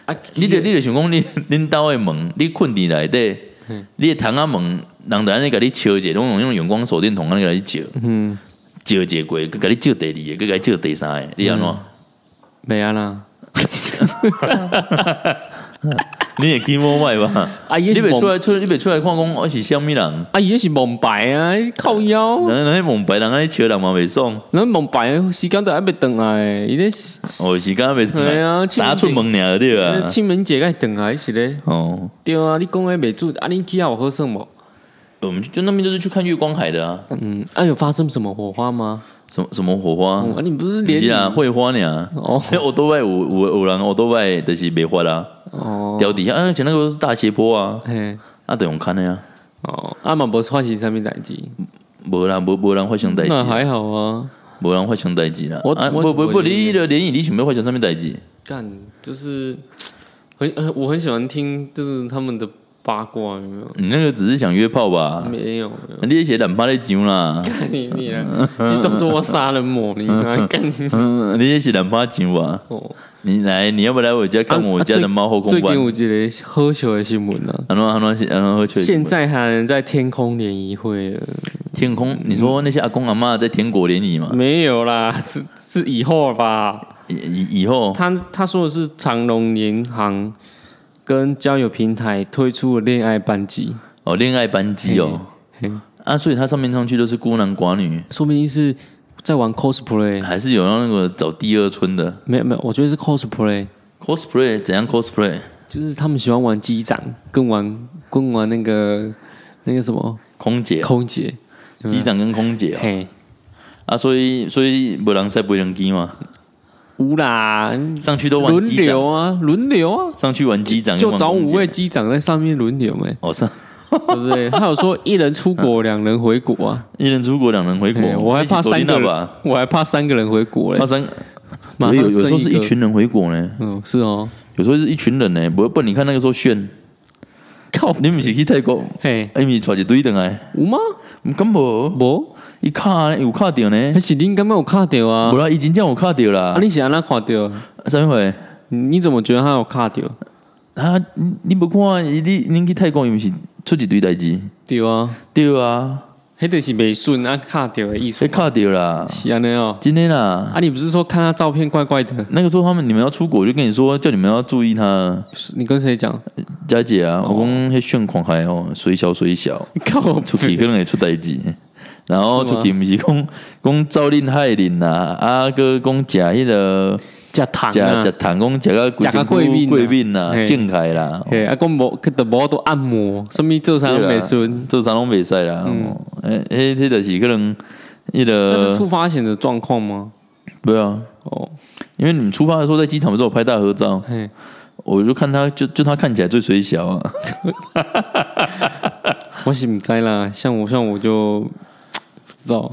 B: 啊，
A: 你就你就想讲，你 恁兜的门，你困伫内底，
B: 嗯
A: 你的窗仔门，人就安尼甲你照者，拢用那种远光手电筒安尼甲你照，
B: 嗯，
A: 照者过，佮甲你照第二个，佮甲你照第三个，你安
B: 嗯
A: 怎？
B: 没啊啦。
A: 你也起摸卖 吧？
B: 啊，
A: 你
B: 伊是
A: 袂出
B: 蒙，
A: 来出，你袂出来看讲我是虾米人？
B: 啊，伊是蒙白啊，靠腰。
A: 人人迄蒙白人安尼笑人嘛袂爽，
B: 咱蒙白的时间都还没回来， 伊咧
A: 哦时间袂
B: 哎呀
A: 打出门尔对啊
B: 那。清明节该回来是咧。
A: 哦，
B: 对啊，你讲的袂准，啊，你去遐有好耍无？
A: 我们就那边就是去看月光海的啊，
B: 嗯，啊，有发生什么火花吗？
A: 什么什么火花
B: 嗯，啊，你不是
A: 不
B: 连
A: 是啊，会花呢。
B: 哦
A: 那我都外有有有人我都外就是袂发啦。
B: 哦，
A: 掉底下，啊而且那个是大斜坡啊，
B: 嘿，
A: 啊，得用看的呀，
B: 哦，啊嘛无发生啥物代志，
A: 无啦，无无人发生代
B: 那
A: 志，
B: 还好啊。
A: 无人发生代志啦。
B: 我
A: 啊，
B: 我
A: 不不
B: 我
A: 不，你的联谊，你想要发生什么代志？
B: 干就是很呃，我很喜欢听就是他们的八卦，有没有？
A: 你那个只是想约炮吧？
B: 没有，没有。
A: 你那些懒趴在上 啦，
B: 干 你你啊！你当做我杀人魔，你啊干你！
A: 嗯，你那些懒趴上吧。
B: 哦
A: 你来，你要不来我家看我家的猫后空
B: 啊最近
A: 翻？
B: 有一个好笑的新闻啊，
A: 安诺安诺安诺，
B: 现在还能在天空联谊会了，
A: 天空，你说那些阿公阿妈在天国联谊嘛？
B: 没有啦，是是以后吧。
A: 以以以后
B: 他他说的是长隆银行跟交友平台推出了恋爱班级，
A: 哦，恋爱班级哦，
B: 嘿
A: 啊，所以它上面上去都是孤男寡女，
B: 说不定是在玩 cosplay，
A: 还是有那个找第二春的
B: 没有没有，我觉得是 cosplay，
A: cosplay？怎样 cosplay？
B: 就是他们喜欢玩机长，跟玩跟玩那个那个什么
A: 空姐、
B: 空姐，
A: 机长跟空姐、哦、
B: 嘿，
A: 啊，所以所以没人塞无人机嘛，
B: 无啦，
A: 上去都玩
B: 轮
A: 机
B: 流
A: 长，
B: 啊，轮流啊，
A: 上去玩机长跟
B: 就
A: 玩
B: 找
A: 空
B: 五
A: 姐
B: 位机长在上面轮流没。
A: 哦，上
B: 对不对？他有说一人出国，两人回国啊。
A: 一人出国，两人回国
B: 嘿，我还怕三个
A: 了
B: 人
A: 吧？，
B: 我还怕三个人回国嘞
A: 怕。三，
B: 马
A: 有
B: 上
A: 有有时候是
B: 剩一
A: 一
B: 个
A: 群人回国呢，
B: 嗯，是哦。
A: 有时候是一群人呢，不不，你看那个时候炫，
B: 靠，
A: 你不是去泰国，
B: 嘿，
A: 哎，你带一堆回来，
B: 有吗？
A: 唔敢无，
B: 无，
A: 伊卡有卡掉呢
B: 还，是你敢没有看到啊
A: 无？啦，伊真正有卡掉
B: 啊，
A: 啦，
B: 你是安那看到？
A: 三回。
B: 你你怎么觉得他有看到？
A: 啊！你你不看，你你去泰国，伊毋是出一堆代志，
B: 对啊，
A: 对啊，
B: 迄就是未顺啊，看到的意思
A: 被。卡掉啦，
B: 是安尼哦。
A: 真的啦。
B: 啊，你不是说看他照片怪怪的？
A: 那个时候他们你们要出国，就跟你说叫你们要注意他
B: 你跟谁讲？
A: 佳姐啊，我讲迄炫狂孩哦，水小水小，
B: 靠，
A: 出去可能会出代志。然后
B: 是吗
A: 出去毋是讲讲走恁害恁啦，啊个讲食迄个
B: 食糖
A: 食
B: 啊
A: 食，糖，讲食个
B: 食到过敏啊
A: 过敏啦，
B: 嘿
A: 正开啦，
B: 嘿，啊，讲无，去都无都按摩，什物做啥
A: 对
B: 拢
A: 啦
B: 袂顺，
A: 做啥拢袂使啦。哦诶，迄迄著是可能迄
B: 嗯那是
A: 个
B: 触发前的状况吗？
A: 对啊，
B: 哦，
A: 因为你们出发的时候在机场的时候拍大合照，
B: 嘿，
A: 我就看他就就他看起来最水小啊，
B: 我是毋知啦，像我像我就不知道，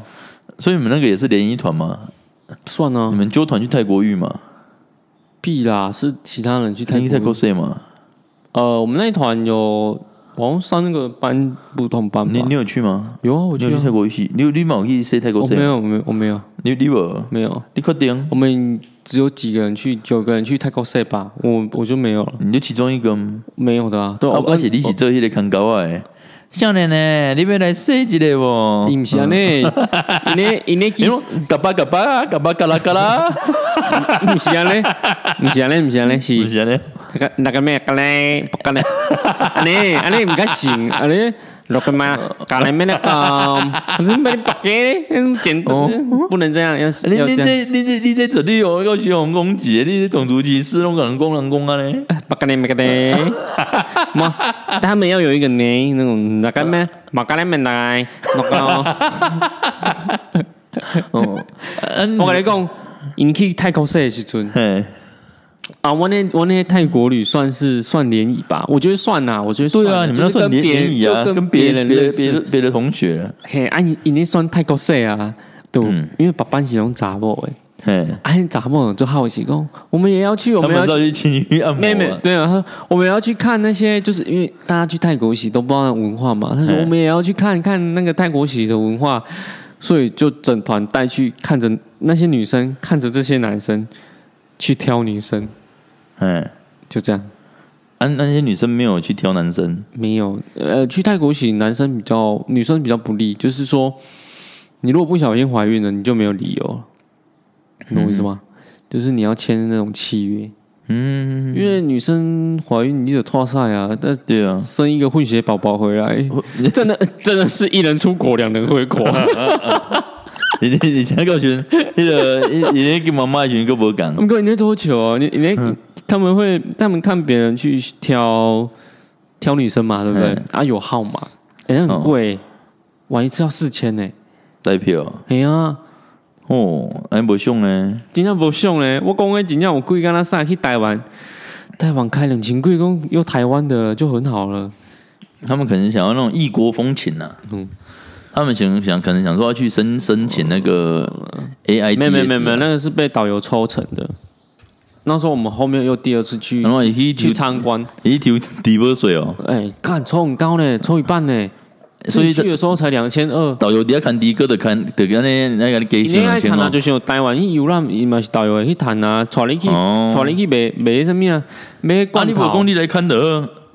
A: 所以你们那个也是联谊团嘛，
B: 算啊
A: 你，们纠团去泰国浴嘛，
B: 屁啦，是其他人去泰
A: 你去泰
B: 国
A: 国。赛嘛，
B: 呃，我们那一团有好像三个班不同班
A: 你
B: 吧
A: 你？有去吗？
B: 有啊，我
A: 你
B: 去
A: 有去
B: 啊。
A: 泰国去？你有你冇去赛泰国
B: 我
A: 赛
B: 没
A: 吗？
B: 有，我没有，我没有，
A: 你你无？
B: 没有。
A: 你确定？
B: 我们只有几个人去，九个人去泰国赛吧，我我就没有了，
A: 你就其中一个吗，
B: 没有的啊。对，
A: 啊
B: 我
A: 而且你是做迄个看狗诶。少年呢，你要来说一个无？
B: 伊毋 是安尼，伊咧伊 咧其
A: 你
B: 实
A: 说嘎巴嘎巴嘎巴嘎啦嘎啦，
B: 毋是安尼，毋是安尼，毋是安尼，
A: 不
B: 是
A: 是啊安尼？
B: 那个那个咩个咧，不 个咧，安尼安尼毋敢信，安尼落个嘛，个咧咩咧 讲，你咩不个咧，嗯简不能这样，要
A: 你
B: 要
A: 你
B: 这样，
A: 这你这你这绝对有要学红攻击，你这种族歧视拢可能工人工啊呢？
B: 不个咧咩个咧， 嘛，他们要有一个呢，那种那个咩，马个咧咩来，那个。
A: 哦，啊
B: 我跟你讲，因去泰国赛的时阵
A: 嘿，
B: 啊，我那我那泰国旅算是算联谊吧，我觉得算啦，我觉得算
A: 对啊，你们那
B: 就是
A: 算联
B: 跟别
A: 联
B: 人
A: 谊啊，
B: 就跟
A: 跟
B: 别
A: 别
B: 人
A: 别
B: 认
A: 的别
B: 识
A: 的，别的同学，
B: 嘿，啊，你你那算泰国赛啊，对，
A: 嗯
B: 因为爸爸是用查某诶，
A: 嘿，
B: 啊，那查某就好奇讲，我们也要去，我
A: 他
B: 们也
A: 们
B: 要去。
A: 要去情侣按摩
B: 妹妹
A: 啊，
B: 对啊，他说我们也要去看那些，就是因为大家去泰国洗都不知道文化嘛。他说
A: 嗯
B: 我们也要去看看那个泰国洗的文化，所以就整团带去看着那些女生，看着这些男生去挑女生，
A: 嘿，
B: 就这样。
A: 啊，那些女生没有去挑男生，
B: 没有，呃，去泰国洗男生比较，女生比较不利，就是说你如果不小心怀孕了，你就没有理由了，你懂我意思吗？就是你要签那种契约，
A: 嗯，
B: 因为女生怀孕你就脱赛啊，但
A: 对啊，
B: 生一个混血宝宝回来， 真的真的是一人出国，两人回国。
A: 你你你前个群，那个你你那个妈妈的群个无讲，
B: 不过你在多久啊？你你
A: 嗯
B: 那他们会他们看别人去挑挑女生嘛，对不对
A: 嗯？哦
B: 啊，有号码，哎，那很贵，玩一次要四千呢。
A: 代票
B: 哎呀，
A: 哦，安不凶呢？
B: 真正无想嘞，我讲诶，真正有贵干那啥去台湾，台湾开两千贵，讲有台湾的了就很好了。
A: 他们可能想要那种异国风情啊，
B: 嗯
A: 他们想想可能想说要去申申请那个 AI，
B: 没有没有没有没有，那个是被导游抽成的。那时候我们后面又第二次去
A: 然后也去
B: 去
A: 去
B: 参观，
A: 去丢底波水哦，
B: 哎，看抽很高呢，抽一半呢，
A: 所以
B: 自己去的时候才两千二。
A: 导游底下看迪哥的看的跟那那个给
B: 你
A: 钱
B: 那爱
A: 两千
B: 谈啊，
A: 哦，
B: 就是有台湾去游览，伊嘛是导游去谈啊，带你去，
A: 哦
B: 带你去买买什么啊？买
A: 啊
B: 罐
A: 你无
B: 头
A: 讲。你来看的，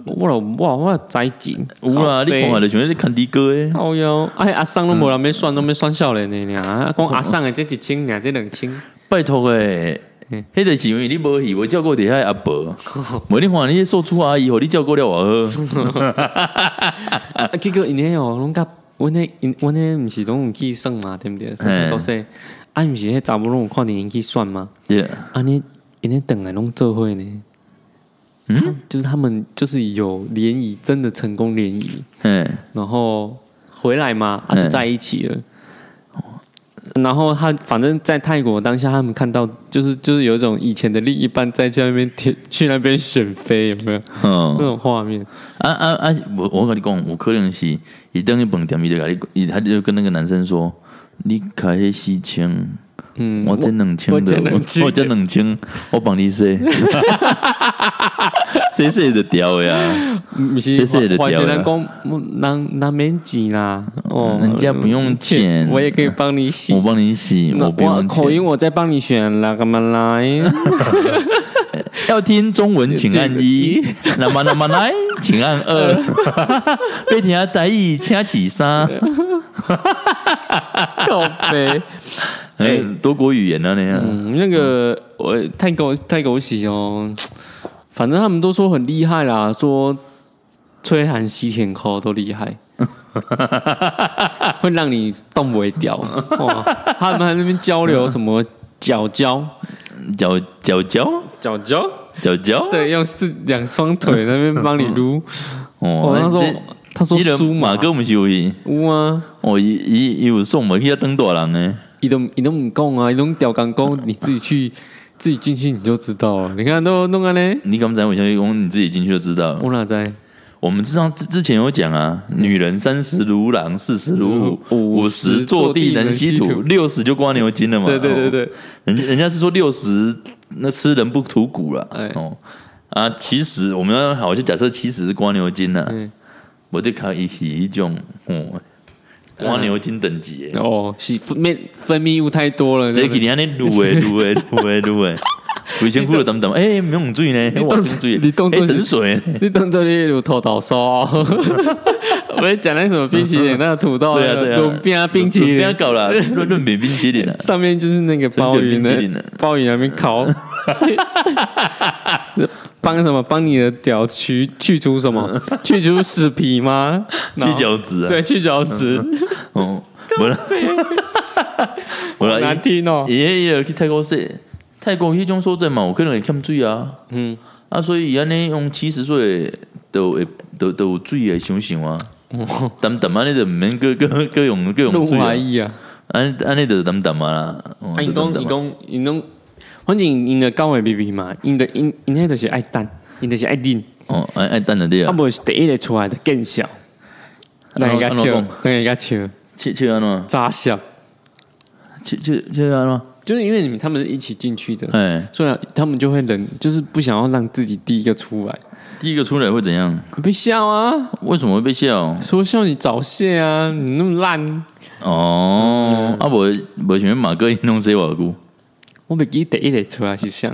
B: 我了我我栽钱，
A: 有啦，你讲话就想要你看迪哥诶，
B: 靠腰，哎阿桑都无人要算，都要算少年的俩，讲阿桑的这一千俩，这两千，
A: 拜托诶。迄个是因为你无去，我照顾底下的阿伯，无你看你那做厝阿姨，互你照顾了我好。
B: 啊结果因迄哦，拢甲阮迄因阮迄毋是拢有去算嘛，对毋对？算到说，啊毋是迄查某拢有看着因去算嘛？
A: Yeah
B: 安尼因咧等来拢做会呢。嗯，就是他们就是有联谊，真的成功联谊，
A: 嘿，
B: 然后回来嘛，啊
A: 嗯
B: 就在一起了。然后他反正，在泰国当下，他们看到就是就是有一种以前的另一半在家那边贴去那边选妃，有没有
A: 嗯
B: 那，种画面？
A: 啊啊啊！我我跟你讲，有可能是伊等去饭店，伊就甲你，伊他就跟那个男生说：“你开迄四千，
B: 嗯，
A: 我这两千
B: 我
A: 的
B: 这，两千
A: 我这两千，我帮你 洗，洗洗就掉的呀，
B: 不
A: 谢
B: 是
A: 谢你的
B: 花钱
A: 调
B: 人
A: 了
B: 讲，我人人免钱啦，哦，
A: 嗯人家不用钱
B: 我也可以帮你洗
A: 我。帮你洗，
B: 那
A: 我不用
B: 口音
A: 钱。
B: 我再帮你选啦，干嘛来？
A: 要听中文请按 一，那么那么来请按二，被听台语请起 三，
B: 靠背。
A: 哎，多国语言啊了呢，
B: 嗯，那个我泰国泰国洗哦，反正他们都说很厉害啦，说吹寒吸甜口都厉 害，会让你动不掉。哇，他们还在那边交流什么脚胶、
A: 脚脚脚
B: 脚胶，
A: 脚脚，
B: 对，用这两双腿在那边帮你撸。
A: 哦
B: 哦，他说他说
A: 伊人
B: 输
A: 马
B: 嘛，
A: 哥毋是有伊，
B: 有啊，
A: 哦，伊伊伊有送嘛去遐当大人诶，
B: 伊都伊都唔讲啊，伊都吊钢讲，你自己去自己进去你就知道了。你看都弄安呢，
A: 你敢知我消息讲你自己进去就知道了。
B: 我哪在？
A: 我们之上之之前有讲啊，女人三十如狼，四十如
B: 嗯
A: 虎，五十坐地能吸
B: 坐地能吸
A: 土
B: 土，
A: 六十就刮牛筋了嘛。
B: 对对对
A: 哦，
B: 对，
A: 人人家是说六十那吃人不吐骨了
B: 哎。
A: 哦啊，其实我们要好就假设七十是刮牛筋呐
B: 嗯，啊
A: 我就靠一起一种哦，刮牛筋等级的。
B: 哦，是分泌分泌物太多了，
A: 这给你安尼撸 诶撸诶撸诶撸诶，鬼仙哭了等等，哎，没有水呢，
B: 动
A: 我真水，
B: 你动
A: 哎
B: 作是
A: 神水呢，
B: 你当做你有头 倒烧、我在讲那什么冰淇淋，那个土豆，
A: 对啊对啊，
B: 轮边冰淇
A: 不要
B: 淋，
A: 搞了，论论比冰淇淋啊 了。
B: 上面就是那个鲍鱼
A: 春卷冰淇淋
B: 呢
A: 啊，
B: 鲍鱼那边烤， 帮什么？帮你的屌去去除什 么？去除死皮吗？然
A: 去
B: 后
A: 角质啊，
B: 对，去角质，
A: 哦，无 啦，无
B: 好
A: 啦
B: 难，听哦。
A: 伊伊伊去泰国说，泰国迄种所在嘛，有可能会欠水啊，
B: 嗯，
A: 啊，所以伊安尼用七十岁都会都都有水诶，想想啊，
B: 哦
A: 淡淡安尼就毋免各各各用各用
B: 润
A: 水
B: 滑
A: 啊，
B: 液啊，
A: 安安尼就淡淡啊啦，哦
B: 啊，伊
A: 就淡
B: 讲
A: 淡
B: 伊
A: 啊
B: 讲伊讲，反正因的高维 B B 嘛，因的因因那就是爱蛋，因就是爱丁。
A: 哦，爱爱等了对啊，
B: 啊，无是第一个出来的更小，
A: 怎
B: 让人
A: 么
B: 家
A: 怎么
B: 笑，
A: 讲
B: 让人家笑，
A: 切切安怎
B: 扎笑，
A: 切切切安怎
B: 就是因为你们他们是一起进去的，
A: 哎，
B: 所以他们就会忍，就是不想要让自己第一个出来，
A: 第一个出来会怎样？
B: 会被笑啊，
A: 为什么会被笑？
B: 说笑你早泄啊，你那么烂，
A: 哦，啊无无想要马哥伊弄洗偌久。
B: 我袂记得第一个出来是啥，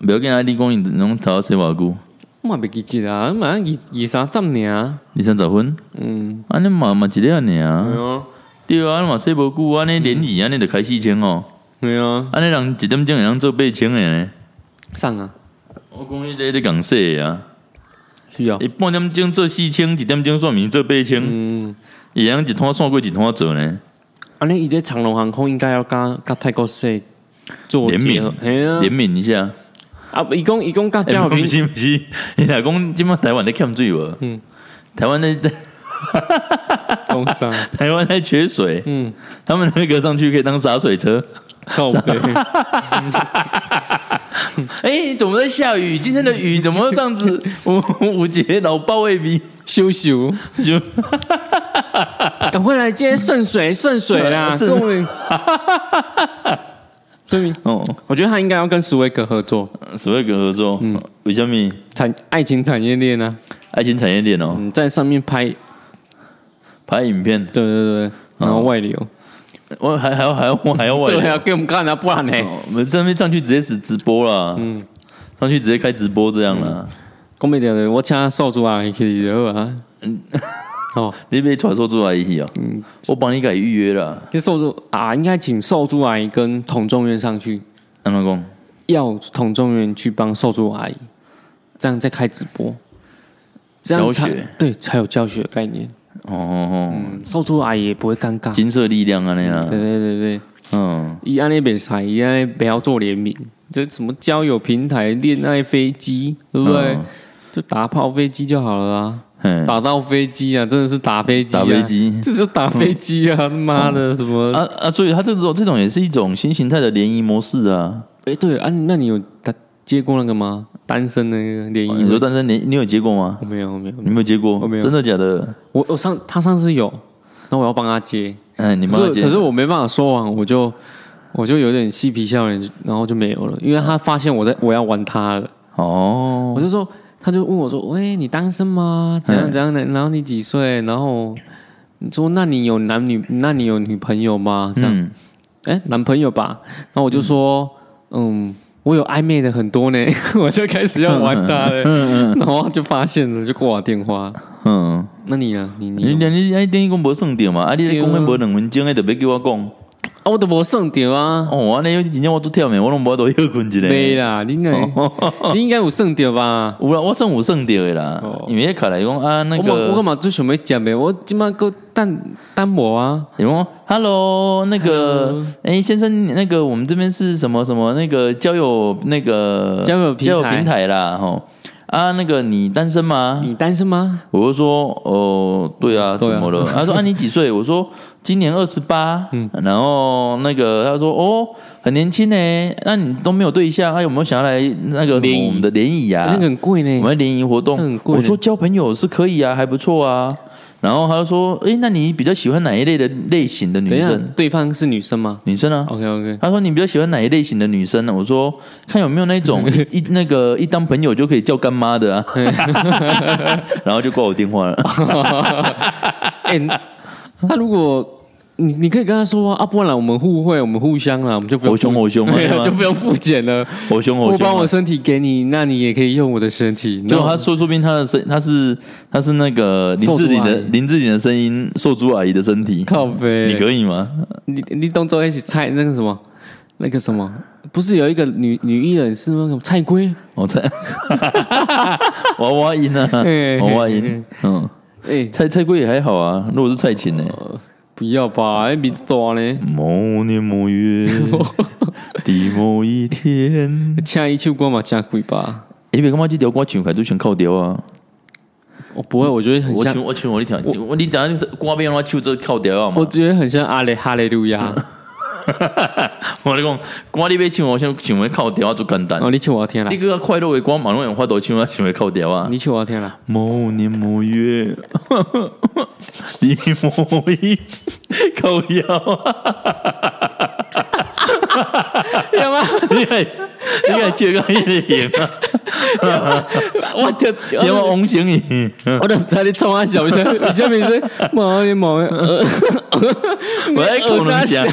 A: 不要跟阿弟讲，你拢头洗偌久？
B: 我嘛袂记得啊，马上二二三十年啊，
A: 二三十分，
B: 嗯，
A: 安尼嘛嘛一个安尼
B: 没
A: 啊，
B: 有
A: 对啊，嘛洗无久，安尼连椅安尼就开四千哦，
B: 没有啊
A: 安尼人一点钟会通做八千的呢。
B: 上啊，
A: 我讲你这咧讲洗的啊，
B: 需要，
A: 伊半点钟做四千，一点钟算明做八千，
B: 嗯，
A: 伊通一摊算过一摊做呢，
B: 安尼伊这长龙航空应该要跟跟泰国说做
A: 联
B: 结合
A: 名，
B: 嘿啊
A: 怜，悯一下。
B: 啊，伊讲伊讲跟
A: 哎，
B: 嘉友
A: 不
B: 平
A: 是不是，你若讲即满台湾咧欠水无？嗯，台湾咧
B: 工伤。
A: 台湾在缺水，
B: 哦啊嗯，
A: 他们那个上去可以当洒水车。
B: 靠
A: 啊
B: 背，
A: 哎、怎么在下雨？今天的雨怎么这样子？五五节老暴未逼，
B: 羞羞，
A: 就
B: 赶快来接圣水，圣水 啦！
A: 圣
B: 跟我们，所以
A: 哦，
B: 我觉得他应该要跟苏维格合作，
A: 所谓跟合作，嗯，为什么
B: 产爱情产业链呢、
A: 爱情产业链哦，
B: 嗯，在上面拍，对
A: 拍影片，
B: 对
A: 哦
B: 对，然后外流，
A: 我还还要还要还要外
B: 对啊，
A: 流，
B: 给我们看啊，不然呢？
A: 哦我们上面上去直接是直播啦，嗯，上去直接开直播这样啦，
B: 讲袂掉的，我请少主阿姨去就好啊。
A: 嗯
B: 哦，
A: 你被传说出来一起哦，我帮你改预约了，
B: 这寿珠啊，应该请寿珠阿姨跟童仲元上去，
A: 安老公，
B: 要童仲元去帮寿珠阿姨，这样再开直播，这样才
A: 教学
B: 对才有教学概念。
A: 哦哦哦，
B: 受助阿姨也不会尴尬。
A: 金色力量啊那样
B: 对，对对对，
A: 嗯，
B: 伊安尼袂使，伊安尼不要做联名，这什么交友平台、恋爱飞机，对不对？
A: 嗯
B: 就打炮飞机就好了啊，
A: 嘿
B: 打到飞机啊，真的是打飞机、啊，
A: 打飞机
B: 这就打飞机啊！他妈的，什么？哎、
A: 啊啊，所以他这种这种也是一种新形态的联谊模式啊。
B: 对啊，那你有打接过那个吗？单身那个联谊
A: 你说
B: 的？
A: 单身你你哦有接过吗？
B: 我没有，我没有，
A: 你没有接过？
B: 我没有
A: 真的假的？
B: 我我上他上次有，那我要帮他接，
A: 哎，你妈
B: 可是
A: 接？
B: 可是我没办法说完，我就我就有点嬉皮笑脸，然后就没有了，因为他发现我在我要玩他了，
A: 哦
B: 我就说，他就问我说：“喂，你单身吗？怎样
A: 嗯
B: 怎样的？然后你几岁？然后你说那你有男女？那你有女朋友吗？这样，
A: 嗯，
B: 哎、男朋友吧？”然后我就说：“嗯。我有暧昧的很多呢， 我就开始要玩他了，然后他就发现了，就挂我电话。
A: 嗯，
B: 那你呢？你你
A: 你
B: 有
A: 你你你等于讲无算着嘛？啊，你
B: 对啊
A: 讲迄无两分钟的，特别叫我讲，
B: 哦我都无算着啊。
A: 哦，安尼有真正我做忝诶，我拢无多休困一下。
B: 没啦，你 应该你应该有算着吧？
A: 有啦，我算有算着诶啦，因为卡来讲啊，那
B: 哦我嘛我
A: 个
B: 干嘛最想要食的？我即马够等等无啊？
A: 你们 Hello 那个
B: Hello
A: 哎、先生，那个我们这边是什么什么那个交友那个
B: 交友平台
A: 交友平台啦吼啊，那个你单身吗？
B: 你单身吗？
A: 我就说哦，对啊，
B: 对啊
A: 怎么了？他说啊，你几岁？我说今年二十八。
B: 嗯
A: 然后那个他说哦，很年轻呢。那你都没有对象，啊，有没有想要来那个
B: 联谊
A: 我们的联谊啊
B: 那个？很贵
A: 我
B: 呢。
A: 们联谊活
B: 那很
A: 动，
B: 嗯贵
A: 我
B: 呢
A: 说交朋友是可以啊，还不错啊。然后他就说，诶，那你比较喜欢哪一类的类型的
B: 等
A: 女
B: 一下
A: 生？，
B: 对方是女生吗
A: 女生啊？
B: ？OK OK，
A: 他说你比较喜欢哪一类型的女生呢？我说看有没有那 种一一那个一当朋友就可以叫干妈的啊，然后就挂我电话了。
B: 哎， 那如果你你可以跟他说啊，啊不然我们互惠，我们互相啦，我们就不用
A: 我凶我凶啊
B: 对
A: 对
B: 啊
A: 吗
B: 就不用付钱了。
A: 我凶我
B: 我
A: 凶
B: 把
A: 啊。
B: 我身体给你，那你也可以用我的身体。
A: 结果
B: 然后
A: 他说，说不定他的声，他是他是那个林志玲的
B: 瘦猪阿姨
A: 林志玲的声音，瘦猪阿姨的身体，
B: 靠背，
A: 你可以吗？
B: 你你动作一起蔡那个什么，那个什么，不是有一个女女艺人是那个蔡圭？
A: 我猜， 娃娃音啊，
B: 嘿嘿
A: 娃娃音，嗯，
B: 哎、
A: 蔡蔡圭也还好啊，如果是蔡琴呢？
B: 不要吧，那名字大呢，
A: 某年某 月的某一天，
B: 请一首歌嘛，加贵吧。
A: 欸你别干嘛去调歌唱，凯都全靠调啊！
B: 我哦不会，我觉得很
A: 我
B: 像
A: 唱，我唱我你听，我你讲就是歌边我唱这靠调啊嘛
B: 我。觉得很像阿雷哈雷路亚。
A: 我跟你讲，歌你别唱，我想唱会靠调啊，就简单。
B: 哦，你请我听啦
A: 你，个快乐的歌，马龙用花朵唱啊，想会靠调啊。
B: 你请我听啦。
A: 某年某月， 你某一靠腰啊！
B: 要吗？
A: 你还你还借个一点啊？
B: 我就
A: 要么翁星宇，
B: 我都不知道你冲啊小声，下面是毛爷 毛爷，
A: 我来靠龙虾，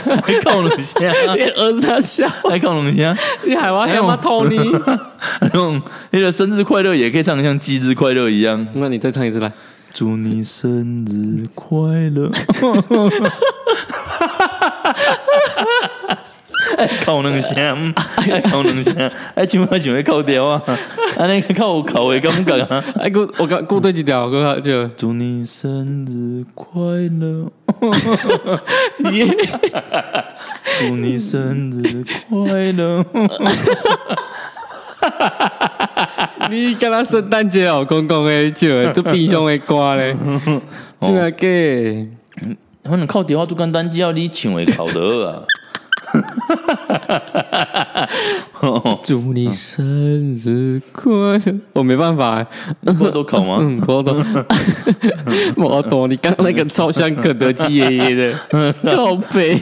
A: 靠龙虾，
B: 你儿子笑，
A: 来靠龙虾。
B: 你还玩要吗？偷你？
A: 那种那个生日快乐也可以唱得像鸡日快乐一样，
B: 那你再唱一次来。
A: 祝你生日快乐。 哎，靠两声，哎，靠两声，哎，今晚想要靠掉啊，安尼靠有靠的感觉啊。
B: 哎，给我我刚给我对几条，给我就。
A: 祝你生日快乐，祝你生日快乐。
B: 你敢若圣诞节哦，公公的酒，做冰箱的歌咧，这个给
A: 可能靠电话做简单，只要你唱会靠得啊。
B: 祝你生日快乐。我没办法欸，
A: 不都考吗？
B: 嗯，我懂，我懂。你刚刚那个超像肯德基爷爷的，靠背，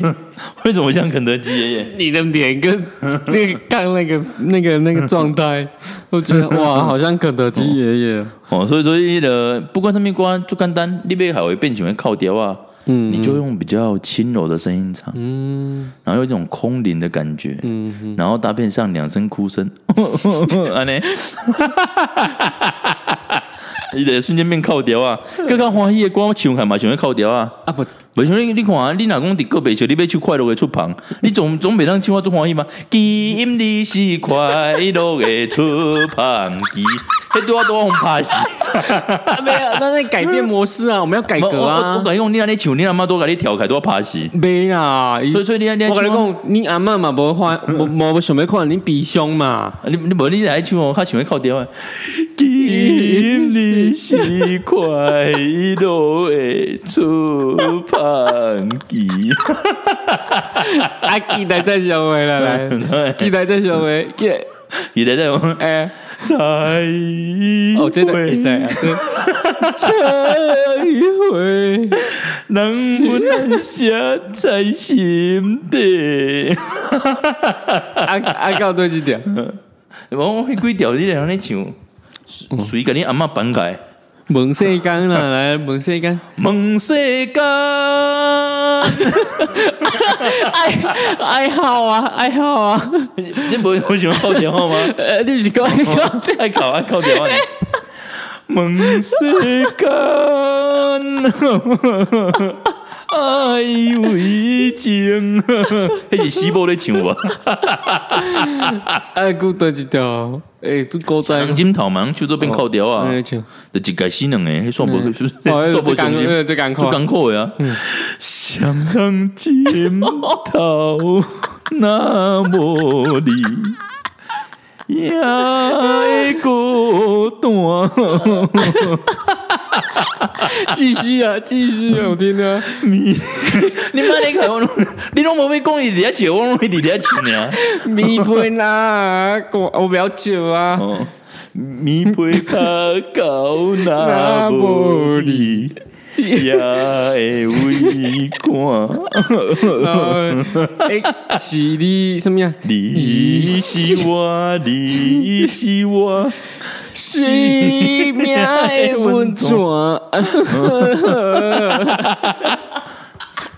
A: 为什么像肯德基爷爷？
B: 你的脸跟那个刚那个那个那个状态，我觉得哇，好像肯德基爷爷。
A: 哦，所以说那个不管什么歌，就简单，你被海会变成靠调啊，嗯，你就用比较轻柔的声音唱，嗯，然后有一种空灵的感觉，嗯，然后搭配上两声哭声， 安尼， 你得瞬间变靠调啊，更加欢喜的歌唱还嘛想要靠调啊。
B: 啊不，
A: 不像你，你看啊，你若讲伫个别笑，你要唱快乐的出 旁，你总总袂当唱我足欢喜嘛。今日是快乐的出旁 期，迄拄啊拄啊互拍死。
B: 啊没有，那是改变模式啊，我们要改
A: 我
B: 革
A: 我我
B: 啊
A: 我。感觉讲你安尼唱，你阿妈都甲你调开拄啊拍死。
B: 没啦，
A: 所以所以你安尼
B: 我跟你
A: 唱啊，
B: 讲，你阿嬷嘛无 看，无无无想要看你鼻胸嘛，
A: 啊你你无你来唱哦，较想要靠调啊。今日是快乐的出旁 期，
B: 啊，期待再相会 啦， 来，期待再相会，期待
A: 现在在讲
B: 哎，
A: 再
B: 哦，真的
A: 会
B: 会使啊， 对再一回，
A: 人阮按下在心底。
B: 啊啊，到对一点，
A: 我我迄几条你来安尼唱，随随甲你阿嬷放开。
B: 问世间啦，来问世间，
A: 问世间，
B: 爱爱好啊，爱好啊，
A: 你无无想靠电话吗？
B: 呃，你不是讲你讲，
A: 爱靠爱靠电话呢。问世间， 爱为情，迄是西部咧唱无？
B: 啊，古多一条，诶，都古 仔
A: 黄，金头嘛，就做变扣掉 啊，
B: 哎像
A: 就一改死两个，迄算无算
B: 哦，
A: 无
B: 最
A: 奖
B: 艰
A: 金，
B: 苦，最艰苦
A: 做，艰苦的啊。双人枕头那无你，也会孤单。
B: 继续啊，继续啊，我听啊，
A: 你妈你看我拢，你拢无要讲伊伫遐笑，我拢伫遐笑尔。
B: 米粉啦，我我不要酒啊，
A: 哦，米杯卡高那无你，也会为看
B: 哎，是你什么呀？
A: 你是我，你是我。
B: 是命的温泉，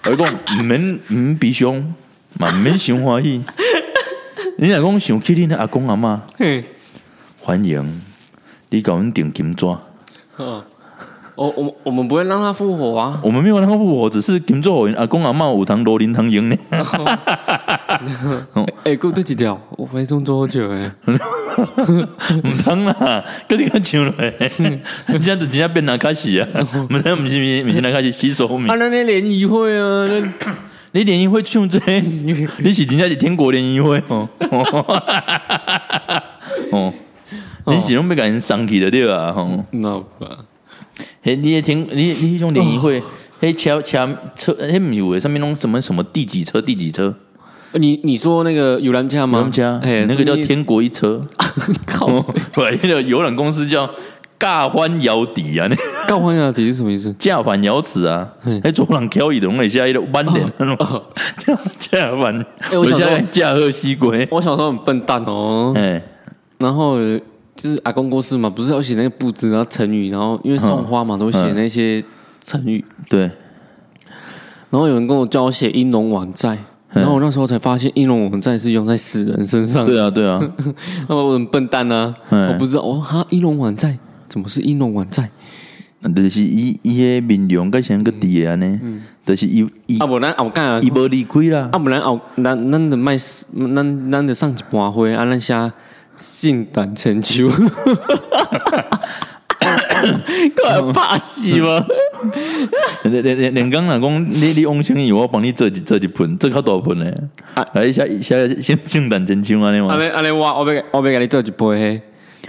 A: 我讲毋免毋免悲伤，嘛毋免伤欢喜。你若讲想起恁的阿公阿嬷，
B: 嘿，
A: 欢迎你甲阮订金纸。
B: 哦，我我我们不会让他复活啊，
A: 我们没有让他复活，只是金纸互因阿公阿嬷有通罗林通用呢。
B: 哎，够对一条，我分钟多久哎。
A: 毋通啦，搁你个唱落来，人家就真正变哪卡死啊！毋知毋是毋是哪卡是洗手米
B: 啊，。那那联谊会啊，那
A: 你联谊会唱这个，你是真正是天国联谊会哦。哦，你是拢要甲因送去的对啊吼。
B: 那吧，
A: 嘿，哎你也听，你你迄种
B: 哦
A: 联谊会，嘿车车车，嘿毋是有诶，上面弄什么什么第几车第几车，
B: 你你说那个游览车
A: 我
B: 吗？
A: 们家
B: 哎，
A: 那个叫
B: 这
A: 天国一车，
B: 靠
A: 哦， 不，那个游览公司叫尬欢摇底 啊，那
B: 告欢雅迪是什么意思？
A: 架反摇齿啊，迄左人翘伊拢会写迄个弯脸那种， 架架反，
B: 哦哎我想说哦
A: 有些架贺西龟，
B: 我小时候很笨蛋哦，
A: 哎，
B: 然后就是阿公过世嘛，不是要写那个布置，然后成语，然后因为送花嘛，都会写那些成语。
A: 对，
B: 然后有人跟我叫我写“英龙网债”，然后我那时候才发现“英龙网债”是用在死人身上。
A: 对啊，对
B: 嗯
A: 啊，
B: 那我很笨蛋啊，
A: 嗯
B: 我不知道哦，哈，“英龙网债”怎么是“英龙网债
A: 就是伊伊诶面容甲像个伫诶安
B: 嗯
A: 尼，就是伊”？伊
B: 啊，不然我干啊
A: 伊，无离开啦
B: 啊，，不然后咱咱的卖，咱咱的上一盘花，啊，咱写性感千 秋，快怕死吗？
A: 嗯连连连连刚若讲你你往生伊，我帮你做一做一盆，做较大盆诶
B: 啊，
A: 来写写先圣诞真像安尼
B: 安
A: 嘛，
B: 尼安尼，我我要我要给你做一杯嘿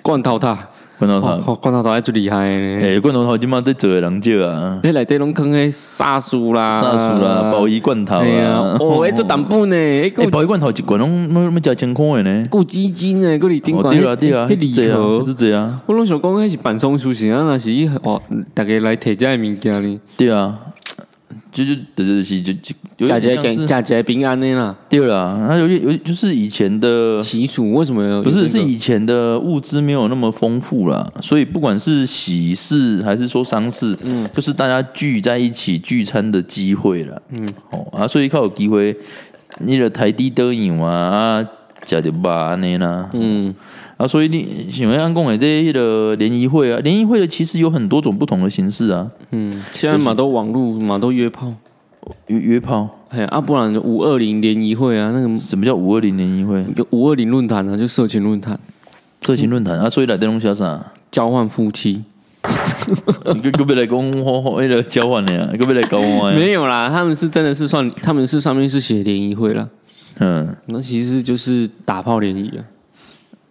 B: 罐头塔，
A: 罐头头，
B: 哦，罐头塔还最厉害诶！
A: 诶，罐头头即满在做诶人少啊，
B: 迄内底拢坑迄沙酥啦，
A: 沙树啦，鲍鱼罐头
B: 啊哎呀
A: 啊，，
B: 哦，迄做淡薄呢，迄
A: 诶，
B: 个
A: 鲍鱼罐头一罐拢要要食千块诶呢。
B: 顾基金诶，个里顶
A: 哦，
B: 管，
A: 对啊，对啊，
B: 迄礼盒
A: 就，啊这样，
B: 我拢想讲迄是办松出行啊，若是伊哦，逐个来摕遮诶物件呢，
A: 对啊，就就就是就就有
B: 食
A: 点像
B: 食健，
A: 是
B: 食食平安的啦。
A: 对啦，它有点有就是以前的
B: 习俗为什么有
A: 啊不
B: 有
A: 是
B: 这个
A: 是以前的物资没有那么丰富啦，所以不管是喜事还是说丧事，嗯，就是大家聚在一起聚餐的机会啦，嗯，哦啊，所以靠有机会，你的台地倒影嘛啊，食着肉安尼啦，嗯。啊，所以你想要按讲的这个联谊会啊，联谊会的其实有很多种不同的形式啊，
B: 嗯，现在嘛都网络嘛都约炮，
A: 约约炮，
B: 哎啊，不然五二零联谊会啊，那个
A: 什么叫五二零联谊会？
B: 有五二零论坛啊，就社群论坛
A: 色情论坛啊，所以来电拢写啥？
B: 交换夫妻。
A: 个个别来讲，我我那个交换的啊呀，个别来交换的呀。
B: 没有啦，他们是真的是算，他们是上面是写联谊会啦，
A: 嗯，
B: 那其实就是打炮联谊啊，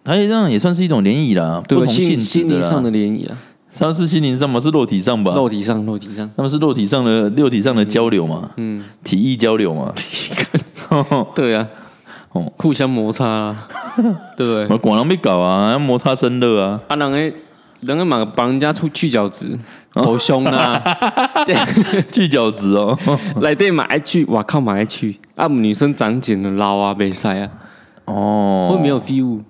A: 它这样也算是一种联谊啦，不
B: 对吧，啊
A: 同性
B: 心
A: 质
B: 心
A: 的啊
B: 灵上
A: 啦。
B: 的联谊啊，
A: 他是心灵上嘛，是肉体上吧？
B: 肉体上肉体上，
A: 他们是肉体上的肉体上的交流嘛，嗯，体意交流 嘛。
B: 对啊，
A: 哦
B: 互相摩擦啊，对不对？
A: 我广人没搞啊，摩擦生热 啊，
B: 啊，人诶，人诶嘛帮人家出去角质，好凶啊！
A: 锯脚趾哦。
B: 来对马爱去，我靠马爱去啊！我们女生长茧了，老啊，没晒啊，会
A: 哦，
B: 没有 feel。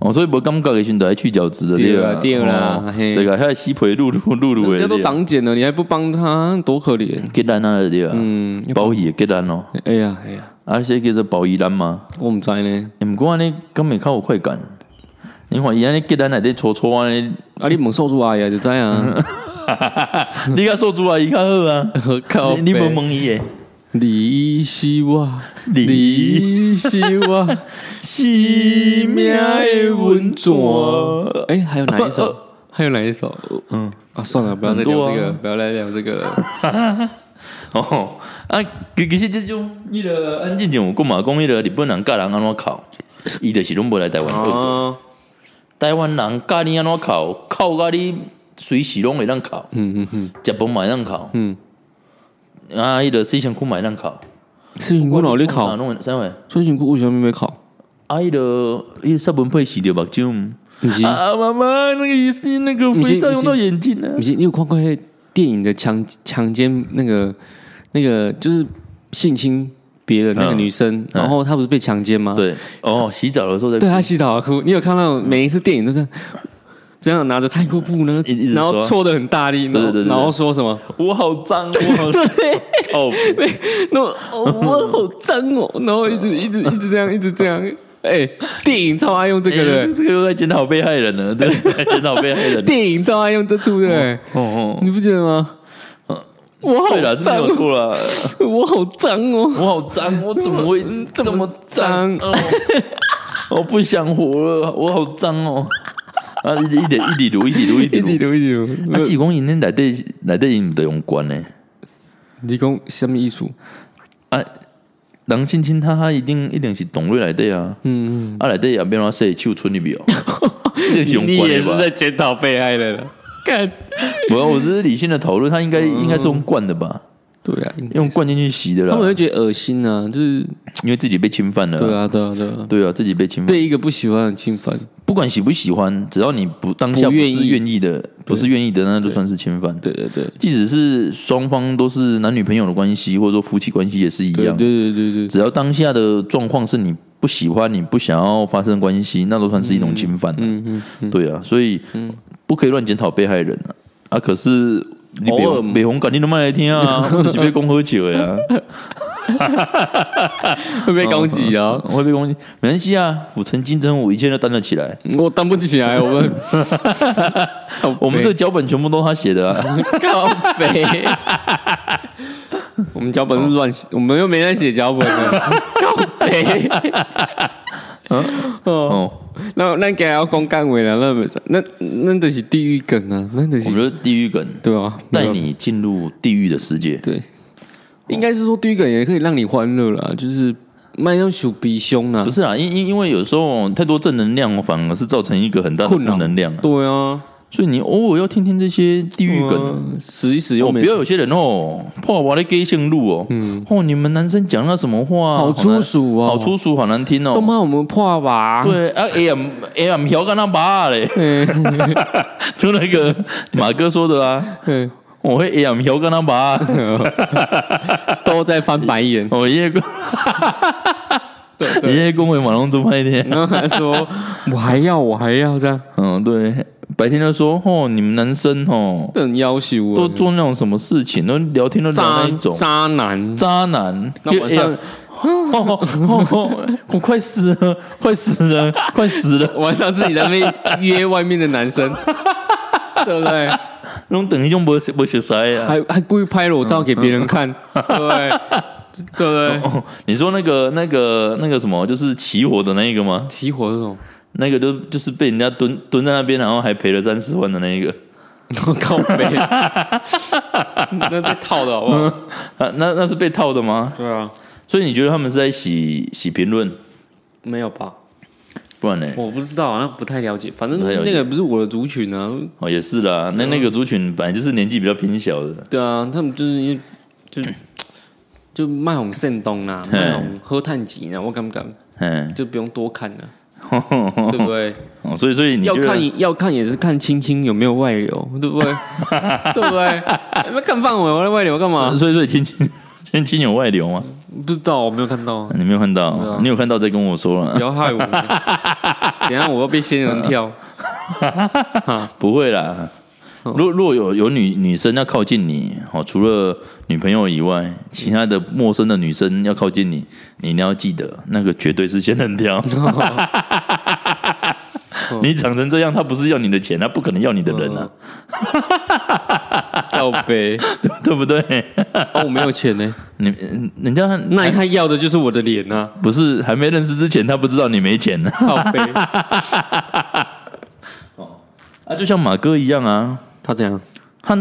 A: 哦，所以无感觉的时阵就爱锯脚趾的
B: 对
A: 吧
B: 啦对啦
A: 哦
B: 嘿
A: 对个，还有吸皮露露露露的
B: 人家都
A: 对吧，
B: 长茧了，你还不帮他，多可怜！
A: 给咱那的对啊，嗯，包也给咱哦。
B: 哎呀哎呀，
A: 啊，这个是保伊兰吗？
B: 我唔知呢。
A: 欸毋过安尼根本较有快感。你看伊安尼结咱内底搓搓安尼，
B: 啊，你猛说出来呀，就知啊。
A: 你甲说主阿姨较好啊，
B: 我靠，
A: 你你无问伊诶，
B: 你是我，
A: 你
B: 你是 我
A: 生命诶温泉。
B: 哎、还有哪一首？还有哪一首？嗯啊，算了，不要再聊这
A: 很
B: 个，
A: 多啊
B: 不要再聊这个 了。
A: 哦，啊，其其实这种迄个安静静，我讲嘛讲迄个日本人教人安怎哭，伊就是拢无来台湾学。
B: 哦，
A: 台湾人教你安怎哭，哭甲你随时拢会当哭，
B: 嗯嗯嗯，
A: 食饭嘛会当哭，
B: 嗯，
A: 啊，迄个洗身躯嘛会当哭，
B: 所以我脑力
A: 创啥
B: 考，
A: 拢会啥物？
B: 所以我为什么没考？
A: 啊，迄个迄个杀文配洗着目睭。
B: 不是，
A: 啊，妈妈，那个医生那个
B: 不是
A: 肥皂用到眼睛啊了
B: 不。是，你有看过那电影的强强奸那个那个就是性侵别人那个
A: 嗯
B: 女生，然后她不是被强奸吗？，
A: 对，哦，洗澡的时候在
B: 对她洗澡哭。你有看到每一次电影都是这样拿着菜锅布呢
A: 一一，直
B: 然后
A: 说
B: 搓的很大力，然
A: 对
B: 后
A: 对对对
B: 然后说什么？
A: 我好脏，我好脏，哦，
B: 那我哦我好脏哦，然后一直一直一直这样，一直这样。哎，电影超爱用这个
A: 哎
B: 的，
A: 这个又在检讨被害人了，对，检讨被害人。
B: 电影超爱用这出的，
A: 哦哎哦，嗯
B: 你不觉得吗？我
A: 对了，
B: 好
A: 是没
B: 脏
A: 有
B: 哦，
A: 错了，
B: 我好脏哦。
A: 我好脏，我怎么会这么脏
B: 脏？
A: 哦我不想活了，我好脏哦！啊，一点一滴如一滴如一滴
B: 一滴
A: 如。
B: 流一滴流，
A: 啊，只是讲因恁内底内底因毋得用管呢，啊
B: 你讲什么艺术？
A: 人亲亲他他一定一定是同类内底啊，嗯，啊内底也变怎说手存入去哦，一定是用管的吧？
B: 检讨被害人啊了。看，
A: 没 有，我只是理性的讨论，他应该应该是用灌的吧，
B: 对啊，
A: 用灌进去洗的
B: 嗯他
A: 啦
B: 们，会觉得恶心啊，就是
A: 因为自己被侵犯了，
B: 对，啊，对啊，对啊，
A: 对啊，自己被侵犯，
B: 被一个不喜欢的侵犯，
A: 不管喜不喜欢，只要你不当下
B: 不
A: 不
B: 愿意
A: 是愿意的，不是愿意的，那就算是侵犯。
B: 对对对，
A: 即使是双方都是男女朋友的关系，或者说夫妻关系也是一
B: 对对
A: 样，
B: 对对对，
A: 只要当下的状况是你不喜欢、你不想要发生关系，那都算是一种侵犯。
B: 嗯嗯，
A: 对啊，所以不可以乱检讨被害人啊。啊，可是你北
B: 偶尔
A: 红北红感你都卖来听 啊，我就是被攻喝酒呀，嗯
B: 会被攻 击啊！
A: 我会被攻击。没关系啊，府城金针我一切都担得起来。
B: 嗯我担不起来，我们
A: 我们这个脚本全部都是他写的啊，
B: 靠北，我们脚本是乱写，我们又没在写脚本 的，靠北。 哦，
A: 哦，
B: 那那给要公干伟了，那那那都是地狱梗啊，那都
A: 我
B: 是
A: 们就地狱梗，
B: 对啊，
A: 带你哦进入地狱的世界。
B: 对，应该是说第一个也可以让你欢乐啦，就是卖要数鼻胸啦
A: 不，是啊，因因因为有时候太多正能量，反而是造成一个很大的负
B: 困扰
A: 能量啊，
B: 对啊，
A: 所以你偶尔要听听这些地狱梗啊。
B: 嗯使一使又
A: 哦，不
B: 没
A: 要有些人哦，破我的 gay 线路哦，哦，你们男生讲那什么话，
B: 嗯好粗
A: 难
B: 俗哦
A: 好粗俗，好难听
B: 都
A: 哦。
B: 骂我们破吧，
A: 对啊，A M A M 调干他爸嘞， 就那个马哥说的啊，
B: 对，
A: 我会 A M 调干他 爸，，
B: 都在翻白眼
A: 我爷爷公， 爷爷公会马龙做派一天，
B: 然后还说我还要我还要这样，
A: 嗯，对，白天就说哦，你们男生哦，
B: 很要啊挟我，
A: 都做那种什么事情，都聊天都聊那
B: 渣
A: 一种
B: 渣男，
A: 渣男，
B: 那晚上
A: 哎呀哦哦哦我快死了，快死了，快死了！
B: 晚上自己在那边约外面的男 生，对不对？
A: 那种等于用不不学塞啊。
B: 还还故意拍裸照给别人看，对不对？对不对？
A: 哦，你说那个那个那个什么，就是起火的那一个吗？
B: 起火这种。
A: 那个就就是被人家蹲蹲在那边，然后还赔了三十万的那一个
B: 我靠背， 那被套的好不好？
A: 啊，那那是被套的吗？
B: 对啊，
A: 所以你觉得他们是在洗洗评论，
B: 没有吧？
A: 不然呢？
B: 我不知道啊，那不太了解。反正
A: 不太了解
B: 那个也不是我的啊族群啊，
A: 哦，也是啦，那那个族群本来就是年纪比较偏小的，
B: 对啊，他们就是因为就 就卖红圣东啊，卖红喝炭吉啊，我敢不敢
A: 嗯，
B: 就不用多看了、对不对？
A: 哦， 所以所以你
B: 要
A: 觉得
B: 看要看也是看青青有没有外流，对不对？对不对？有没有看范围？我在外流干嘛？
A: 啊所以所以亲亲亲亲有外流吗？
B: 不知道，我没有看到啊，
A: 你没有看到，
B: 啊
A: 你有看到再跟我说
B: 不
A: 了，
B: 要害我。等一下我要被仙人 跳。
A: 不会啦。
B: 哦
A: 若若有有女女生要靠近你，哦，除了女朋友以外，其他的陌生的女生要靠近你，你一定要记得，那个绝对是仙人 跳。
B: 哦
A: 你长成这样，他不是要你的钱，他不可能要你的人啊！
B: 靠背，
A: 对不对？
B: 哦，我没有钱呢、
A: 你嗯人家
B: 那他要的就是我的脸啊，
A: 不是还没认识之前，他不知道你没钱呢。
B: 靠背，
A: 啊，就像马哥一样啊，
B: 他这样，
A: 他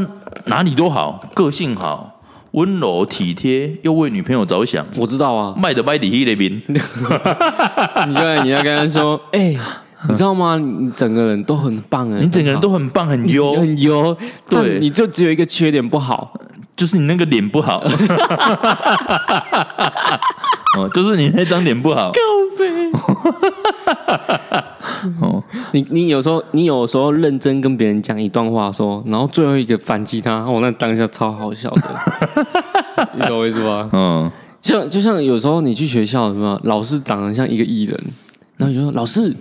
A: 哪里都好，个性好，温柔体贴，又为女朋友着想，
B: 我知道啊，
A: 卖的卖底黑那边，
B: 你就你要跟他说，哎、你知道吗？你整个人都很棒哎，
A: 你整个人
B: 很
A: 都很棒很
B: 好
A: 优，
B: 很油，
A: 对
B: 但你就只有一个缺点不 好，
A: 就是你那个脸不好， 哦，就是你那张脸不 好，哦
B: 你你有时候你有时候认真跟别人讲一段话说，然后最后一个反击他，哦我、那当下超好笑的， 你懂我意思吗？
A: 嗯，
B: 像就像有时候你去学校有没有，老师长得像一个艺人，然后你就说
A: 嗯
B: 老师，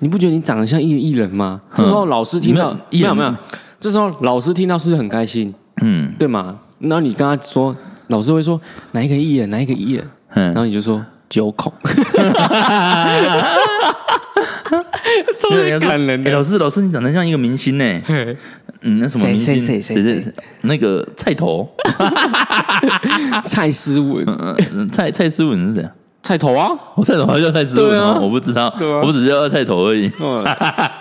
B: 你不觉得你长得像一个艺人吗？这时候老师听到
A: 没有艺
B: 没有
A: 人
B: 没有，这时候老师听到是不是很开心，
A: 嗯
B: 对吗？然后你跟他说，老师会说哪一个艺人哪一个艺人，然
A: 嗯，
B: 后你就说九 孔，超
A: 人家说哎老师老师，你长得像一个明星呢，嗯，那什么
B: 谁
A: 明星？
B: 谁谁谁
A: 谁？那个菜头，
B: 蔡思文，
A: 嗯，蔡蔡思文是谁啊？
B: 菜头啊，
A: 我蔡头好像叫蔡思文
B: 对啊
A: 哦，我不知道，
B: 对啊
A: 我只知道蔡头而已。
B: 嗯，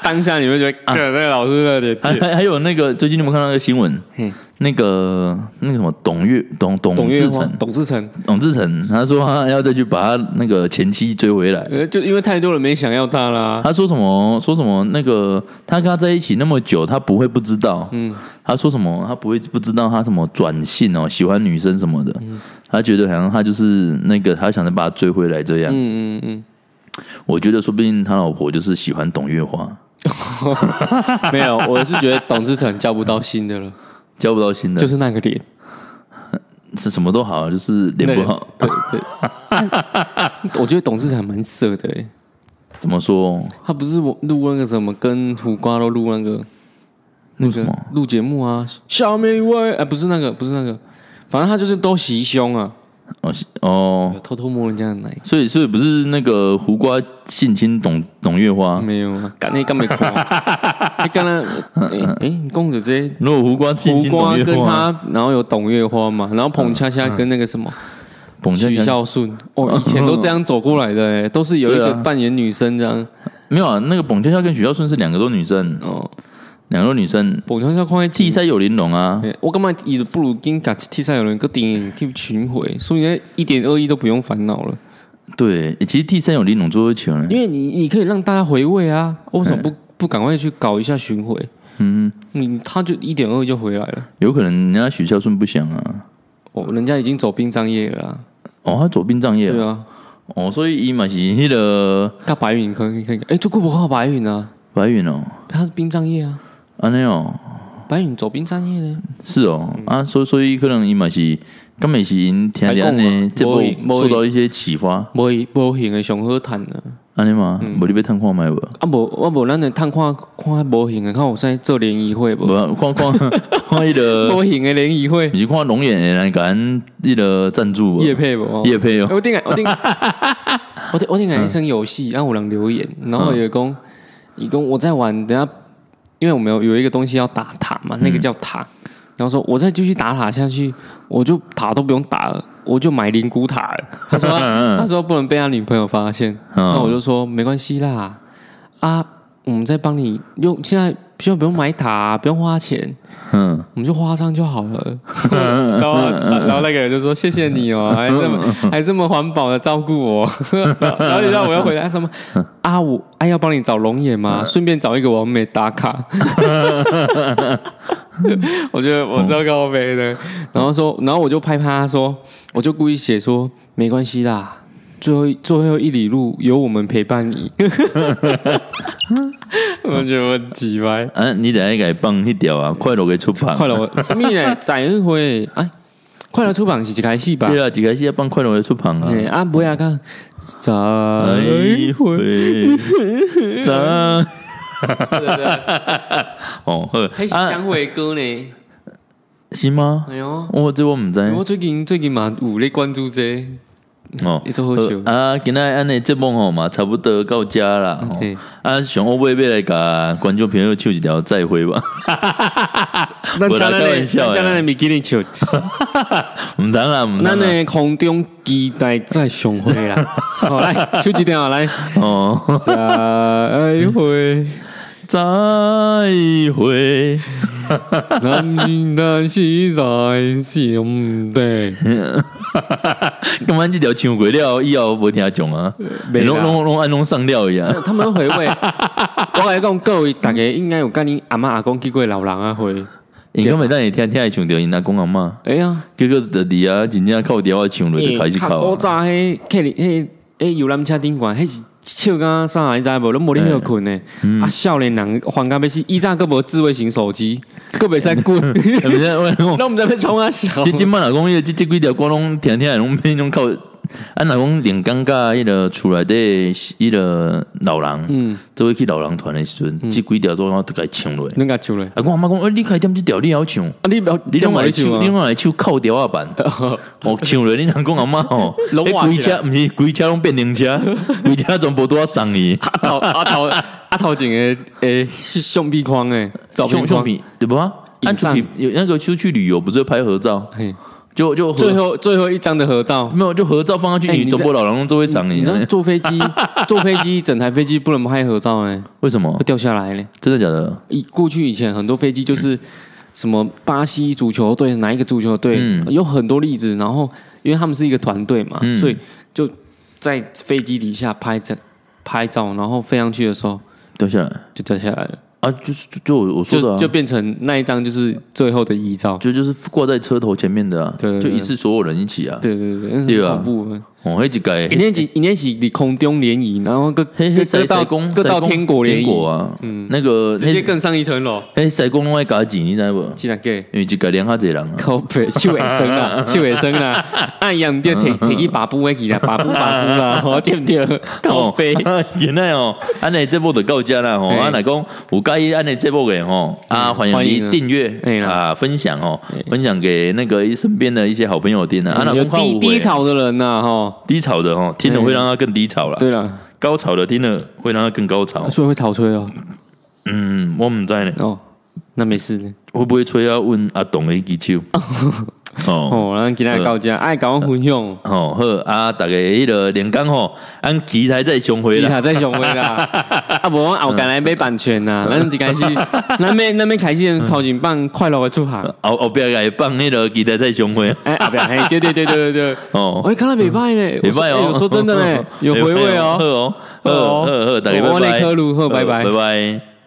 B: 当下你 会觉得，
A: 啊
B: 看那个老师的脸
A: 还还还有那个，最近你有没有看到那个新闻？
B: 嘿，
A: 那个那个什么董月董董
B: 董月
A: 志
B: 花
A: 成，
B: 董志成，
A: 董志成，他说他要再去把他那个前妻追回来。
B: 呃，就因为太多人没想要他啦，
A: 他说什么？说什么？那个他跟他在一起那么久，他不会不知道。嗯，他说什么？他不会不知道他什么转性哦，喜欢女生什么的。
B: 嗯
A: 他觉得好像他就是那个，他想着把他追回来这样。
B: 嗯嗯嗯，
A: 我觉得说不定他老婆就是喜欢董月花，
B: 没有，我是觉得董志成交不到新的了，
A: 交不到新的，
B: 就
A: 就是
B: 是那个脸，
A: 是什么都好，就是脸不好。
B: 对对，我觉得董志成蛮色的欸，
A: 怎么说？
B: 他不是我录那个什么，跟胡瓜都录那个那
A: 录什
B: 个
A: 么
B: 录节目啊，下面一位，哎，不是那个，不是那个，反正他就是都袭胸啊，
A: 哦是哦，
B: 有偷偷摸人家的奶。
A: 所以所以不是那个胡瓜性侵董董月花。
B: 没有啊，干那干没看，啊你干那哎哎，你公主这
A: 如果胡瓜性
B: 胡
A: 侵
B: 瓜
A: 董月
B: 跟
A: 花，
B: 他，然后有董月花嘛，然后彭恰恰跟那个什么
A: 彭佳
B: 许
A: 佳
B: 孝顺，哦，以前都这样走过来的，哎，都是有一
A: 对
B: 个
A: 啊
B: 扮演女生这样。
A: 没有啊？那个彭佳佳跟许孝顺是两个都女生，
B: 哦，
A: 两个都女生。
B: 彭恰恰看在
A: 替
B: 替，
A: 塞有玲珑啊，
B: 哎我感觉伊不如跟甲替赛有人个电影去巡回，所以一点二亿都不用烦恼了，
A: 对，其实替塞有玲珑做会球呢
B: 因，为你你可以让大家回味啊，为什么不不赶快去搞一下巡回？
A: 嗯，
B: 你他就一点二亿就回来了，
A: 有可能人家许孝顺不想啊，
B: 哦，人家已经走殡葬业了啊，
A: 哦，他走殡葬业
B: 对
A: 啊，
B: 啊。
A: 哦，所以伊嘛是那个
B: 看白云可以可以，哎、就顾不好白云啊，
A: 白云哦，
B: 他是殡葬业啊，
A: 安尼哦，
B: 白云走殡葬业呢，
A: 是哦，
B: 嗯
A: 啊，所以所以可能伊嘛是，根本是因听听
B: 还讲
A: 呢
B: 啊，
A: 这部
B: 没意没意
A: 受到一些启发，
B: 无无形的上好赚啊，
A: 安尼嘛，无你要探看卖无？
B: 啊无我无咱来探看看无形的，看有啥做联谊会无？
A: 无啊看 看看迄个，
B: 无形的联谊会
A: 你是看龙眼的人感恩迄个赞助无？
B: 夜配无？
A: 叶配嗯
B: 哎
A: 哦，
B: 我顶下我 顶下我顶我顶下一生游戏，啊然后有人留言，然
A: 嗯
B: 后有讲，伊讲我在玩，等下因为我们有有一个东西要打塔
A: 嗯
B: 嘛，那个叫塔，然后说我再继续打塔下去，我就塔都不用打了，我就买灵骨塔了。他说他他说不能被他女朋友发现，
A: 嗯
B: 哦那我就说没关系啦，啊，我们再帮你用，现在需要不用买塔、不用花钱，
A: 嗯，
B: 我们就花上就好了。然后，然后那个人就说：“谢谢你哦，还这么还这么环保的照顾我。” 然后你知道我要回答什么？啊，我哎、要帮你找龙眼吗？顺便找一个完美打卡。我觉得我糟糕没的。然后说，然后我就拍拍他说，我就故意写说没关系啦。最后一最后一里路有我们陪伴你，我觉得我很鸡掰。
A: 啊，你等下该放迄条啊，快乐给出版，
B: 嗯快乐，什 么嘞？载一回哎，快乐出版是一开始吧？
A: 对啊，一开始要放快乐的出旁啊。哎
B: 哎，啊，不要讲，载
A: 再
B: 回
A: 会，
B: 哎
A: 再哦，
B: 还是
A: 好啊，
B: 讲回歌呢？
A: 是吗？哦
B: 哎呦，哎
A: 我这我唔知，
B: 我最近最近嘛有咧关注这
A: 哦，
B: 一直喝酒
A: 呃啊！今仔安尼节目吼嘛，差不多到家啦。吼
B: 嘿
A: 啊，想后尾要来甲观众朋友唱一条再会吧，
B: 咱
A: 我来开玩笑的
B: 咱的米其林球，
A: 毋通啦，毋通
B: 咱
A: 啦。
B: 的空中期待再相会 啦。好来，手机电话来，
A: 哦，
B: 再会，
A: 再会。
B: 咱明天是在相 对。
A: 干嘛这条唱过了以后无听讲啊？
B: 没啦
A: 拢拢拢按拢上吊一啊 样。
B: 他们都回味。我来讲，各位大家应该有跟恁阿嬷阿公去过老人啊会。
A: 你根本当你听听会唱着因阿公阿嬷，
B: 哎呀，
A: 结果就伫啊，真正靠调啊唱落就开始
B: 欸较
A: 哭
B: 古
A: 啊。
B: 早迄客人迄迄游览车顶悬，迄是笑甲啥你知无？拢无咧休困诶。
A: 嗯
B: 啊，少年人烦甲要死，以前佫无智慧型手机，佫袂使滚，
A: 不是我讲，
B: 拢毋知要创 啊笑。
A: 即即摆若讲迄个即即几条歌拢听听的拢变拢靠。啊，若讲连尴尬迄个厝内底迄个老人，嗯，做伙去老人团的时
B: 嗯
A: 阵，即几条都我都甲伊唱落。
B: 恁甲唱咧，
A: 啊，我阿妈讲，欸，你开点即条你也晓唱，
B: 啊你袂
A: 你拢来
B: 唱
A: 唱，你
B: 啊？
A: 拢来唱靠调啊版。 哦，唱落你若讲阿嬷吼，
B: 拢
A: 迄
B: 换
A: 规
B: 起来
A: 车毋是规车拢变零 车，规车全部拄啊送伊。
B: 阿头阿头阿头前诶诶是相片框诶，照片
A: 相相
B: 框。
A: 片对不啊？
B: 影
A: 啊，出
B: 像
A: 去有那个出去旅游不是会拍合照，
B: 嘿
A: 就就合
B: 最后最后一张的合照，
A: 没有就合照放上去，
B: 哎
A: 你
B: 你
A: 中
B: 在
A: 国老人都会赏你
B: 你
A: 啊
B: 知。道 坐飞机，坐飞机整台飞机不能拍合照呢，
A: 为什么
B: 会？掉下来呢。
A: 真的假的？
B: 以过去以前很多飞机就是什么巴西足球队哪一个足球队，
A: 嗯
B: 有很多例子。然后因为他们是一个团队嘛，
A: 嗯
B: 所以就在飞机底下拍照拍照，然后飞上去的时候
A: 掉下来
B: 就掉下来了，
A: 啊？就是就就我我说的
B: 就
A: 啊，
B: 就变成那一张就是最后的遗照。
A: 就就是挂在车头前面的啊，
B: 对对
A: 就
B: 对
A: 一次所有人一起啊。
B: 对对对，
A: 对啊
B: 很恐怖的。
A: 哦，那一改
B: 一年级一年级你空中联谊，然后各
A: 嘿嘿，
B: 各
A: 塞
B: 到
A: 塞公
B: 各到
A: 塞公
B: 天国联
A: 天国
B: 谊，
A: 啊，嗯，那个
B: 直接
A: 嘿
B: 更上一层楼，
A: 嘿塞公拢爱加钱，你知无？
B: 竟然给。
A: 因为一改两下子人啊，
B: 靠背，去卫生 啦，去卫生啦，啊一样唔对，
A: 嗯
B: 提提起把布的去啦，把布把布 啦，吼对不对？靠背，
A: 哦， 原来哦，安尼这部就到遮啦吼，
B: 嘿
A: 啊若讲有介意安尼这部的吼，啊欢迎
B: 欢迎
A: 你
B: 啊
A: 订阅
B: 嘿啦
A: 啊分享哦，分享给那个身边的一些好朋友听啊，啊若
B: 嗯有
A: 讲看有
B: 低
A: 的
B: 低潮的人呐，吼，
A: 低潮的哦，听了会让他更低潮啦，
B: 对了，
A: 高潮的听了会让他更高潮。
B: 所以会潮吹哦，
A: 嗯，我唔知呢，
B: 哦，那没事呢，
A: 会不会吹要问阿董的一支 手？哦
B: 哦，咱今天到这，爱搞分享，
A: 哦好啊，大家迄个连刚吼，按期待再相会
B: 你
A: 啦。
B: 下再上位 啦，啊，无我后间来买版权呐，
A: 嗯
B: 咱一开始，咱要咱要开始头前放快乐的 出行，
A: 后后壁来放迄个期待再相会
B: 哎，后边，嘿，对对对对对对，哎
A: 哦。
B: 我看到美拜呢，
A: 礼拜
B: 我说哎
A: 哦，
B: 我 说真的呢，有回味哦
A: 好。哦，好
B: 好
A: 哦，
B: 哦
A: 好好，大家
B: 我
A: 拜
B: 我
A: 拜，
B: 来科鲁好拜拜
A: 拜拜。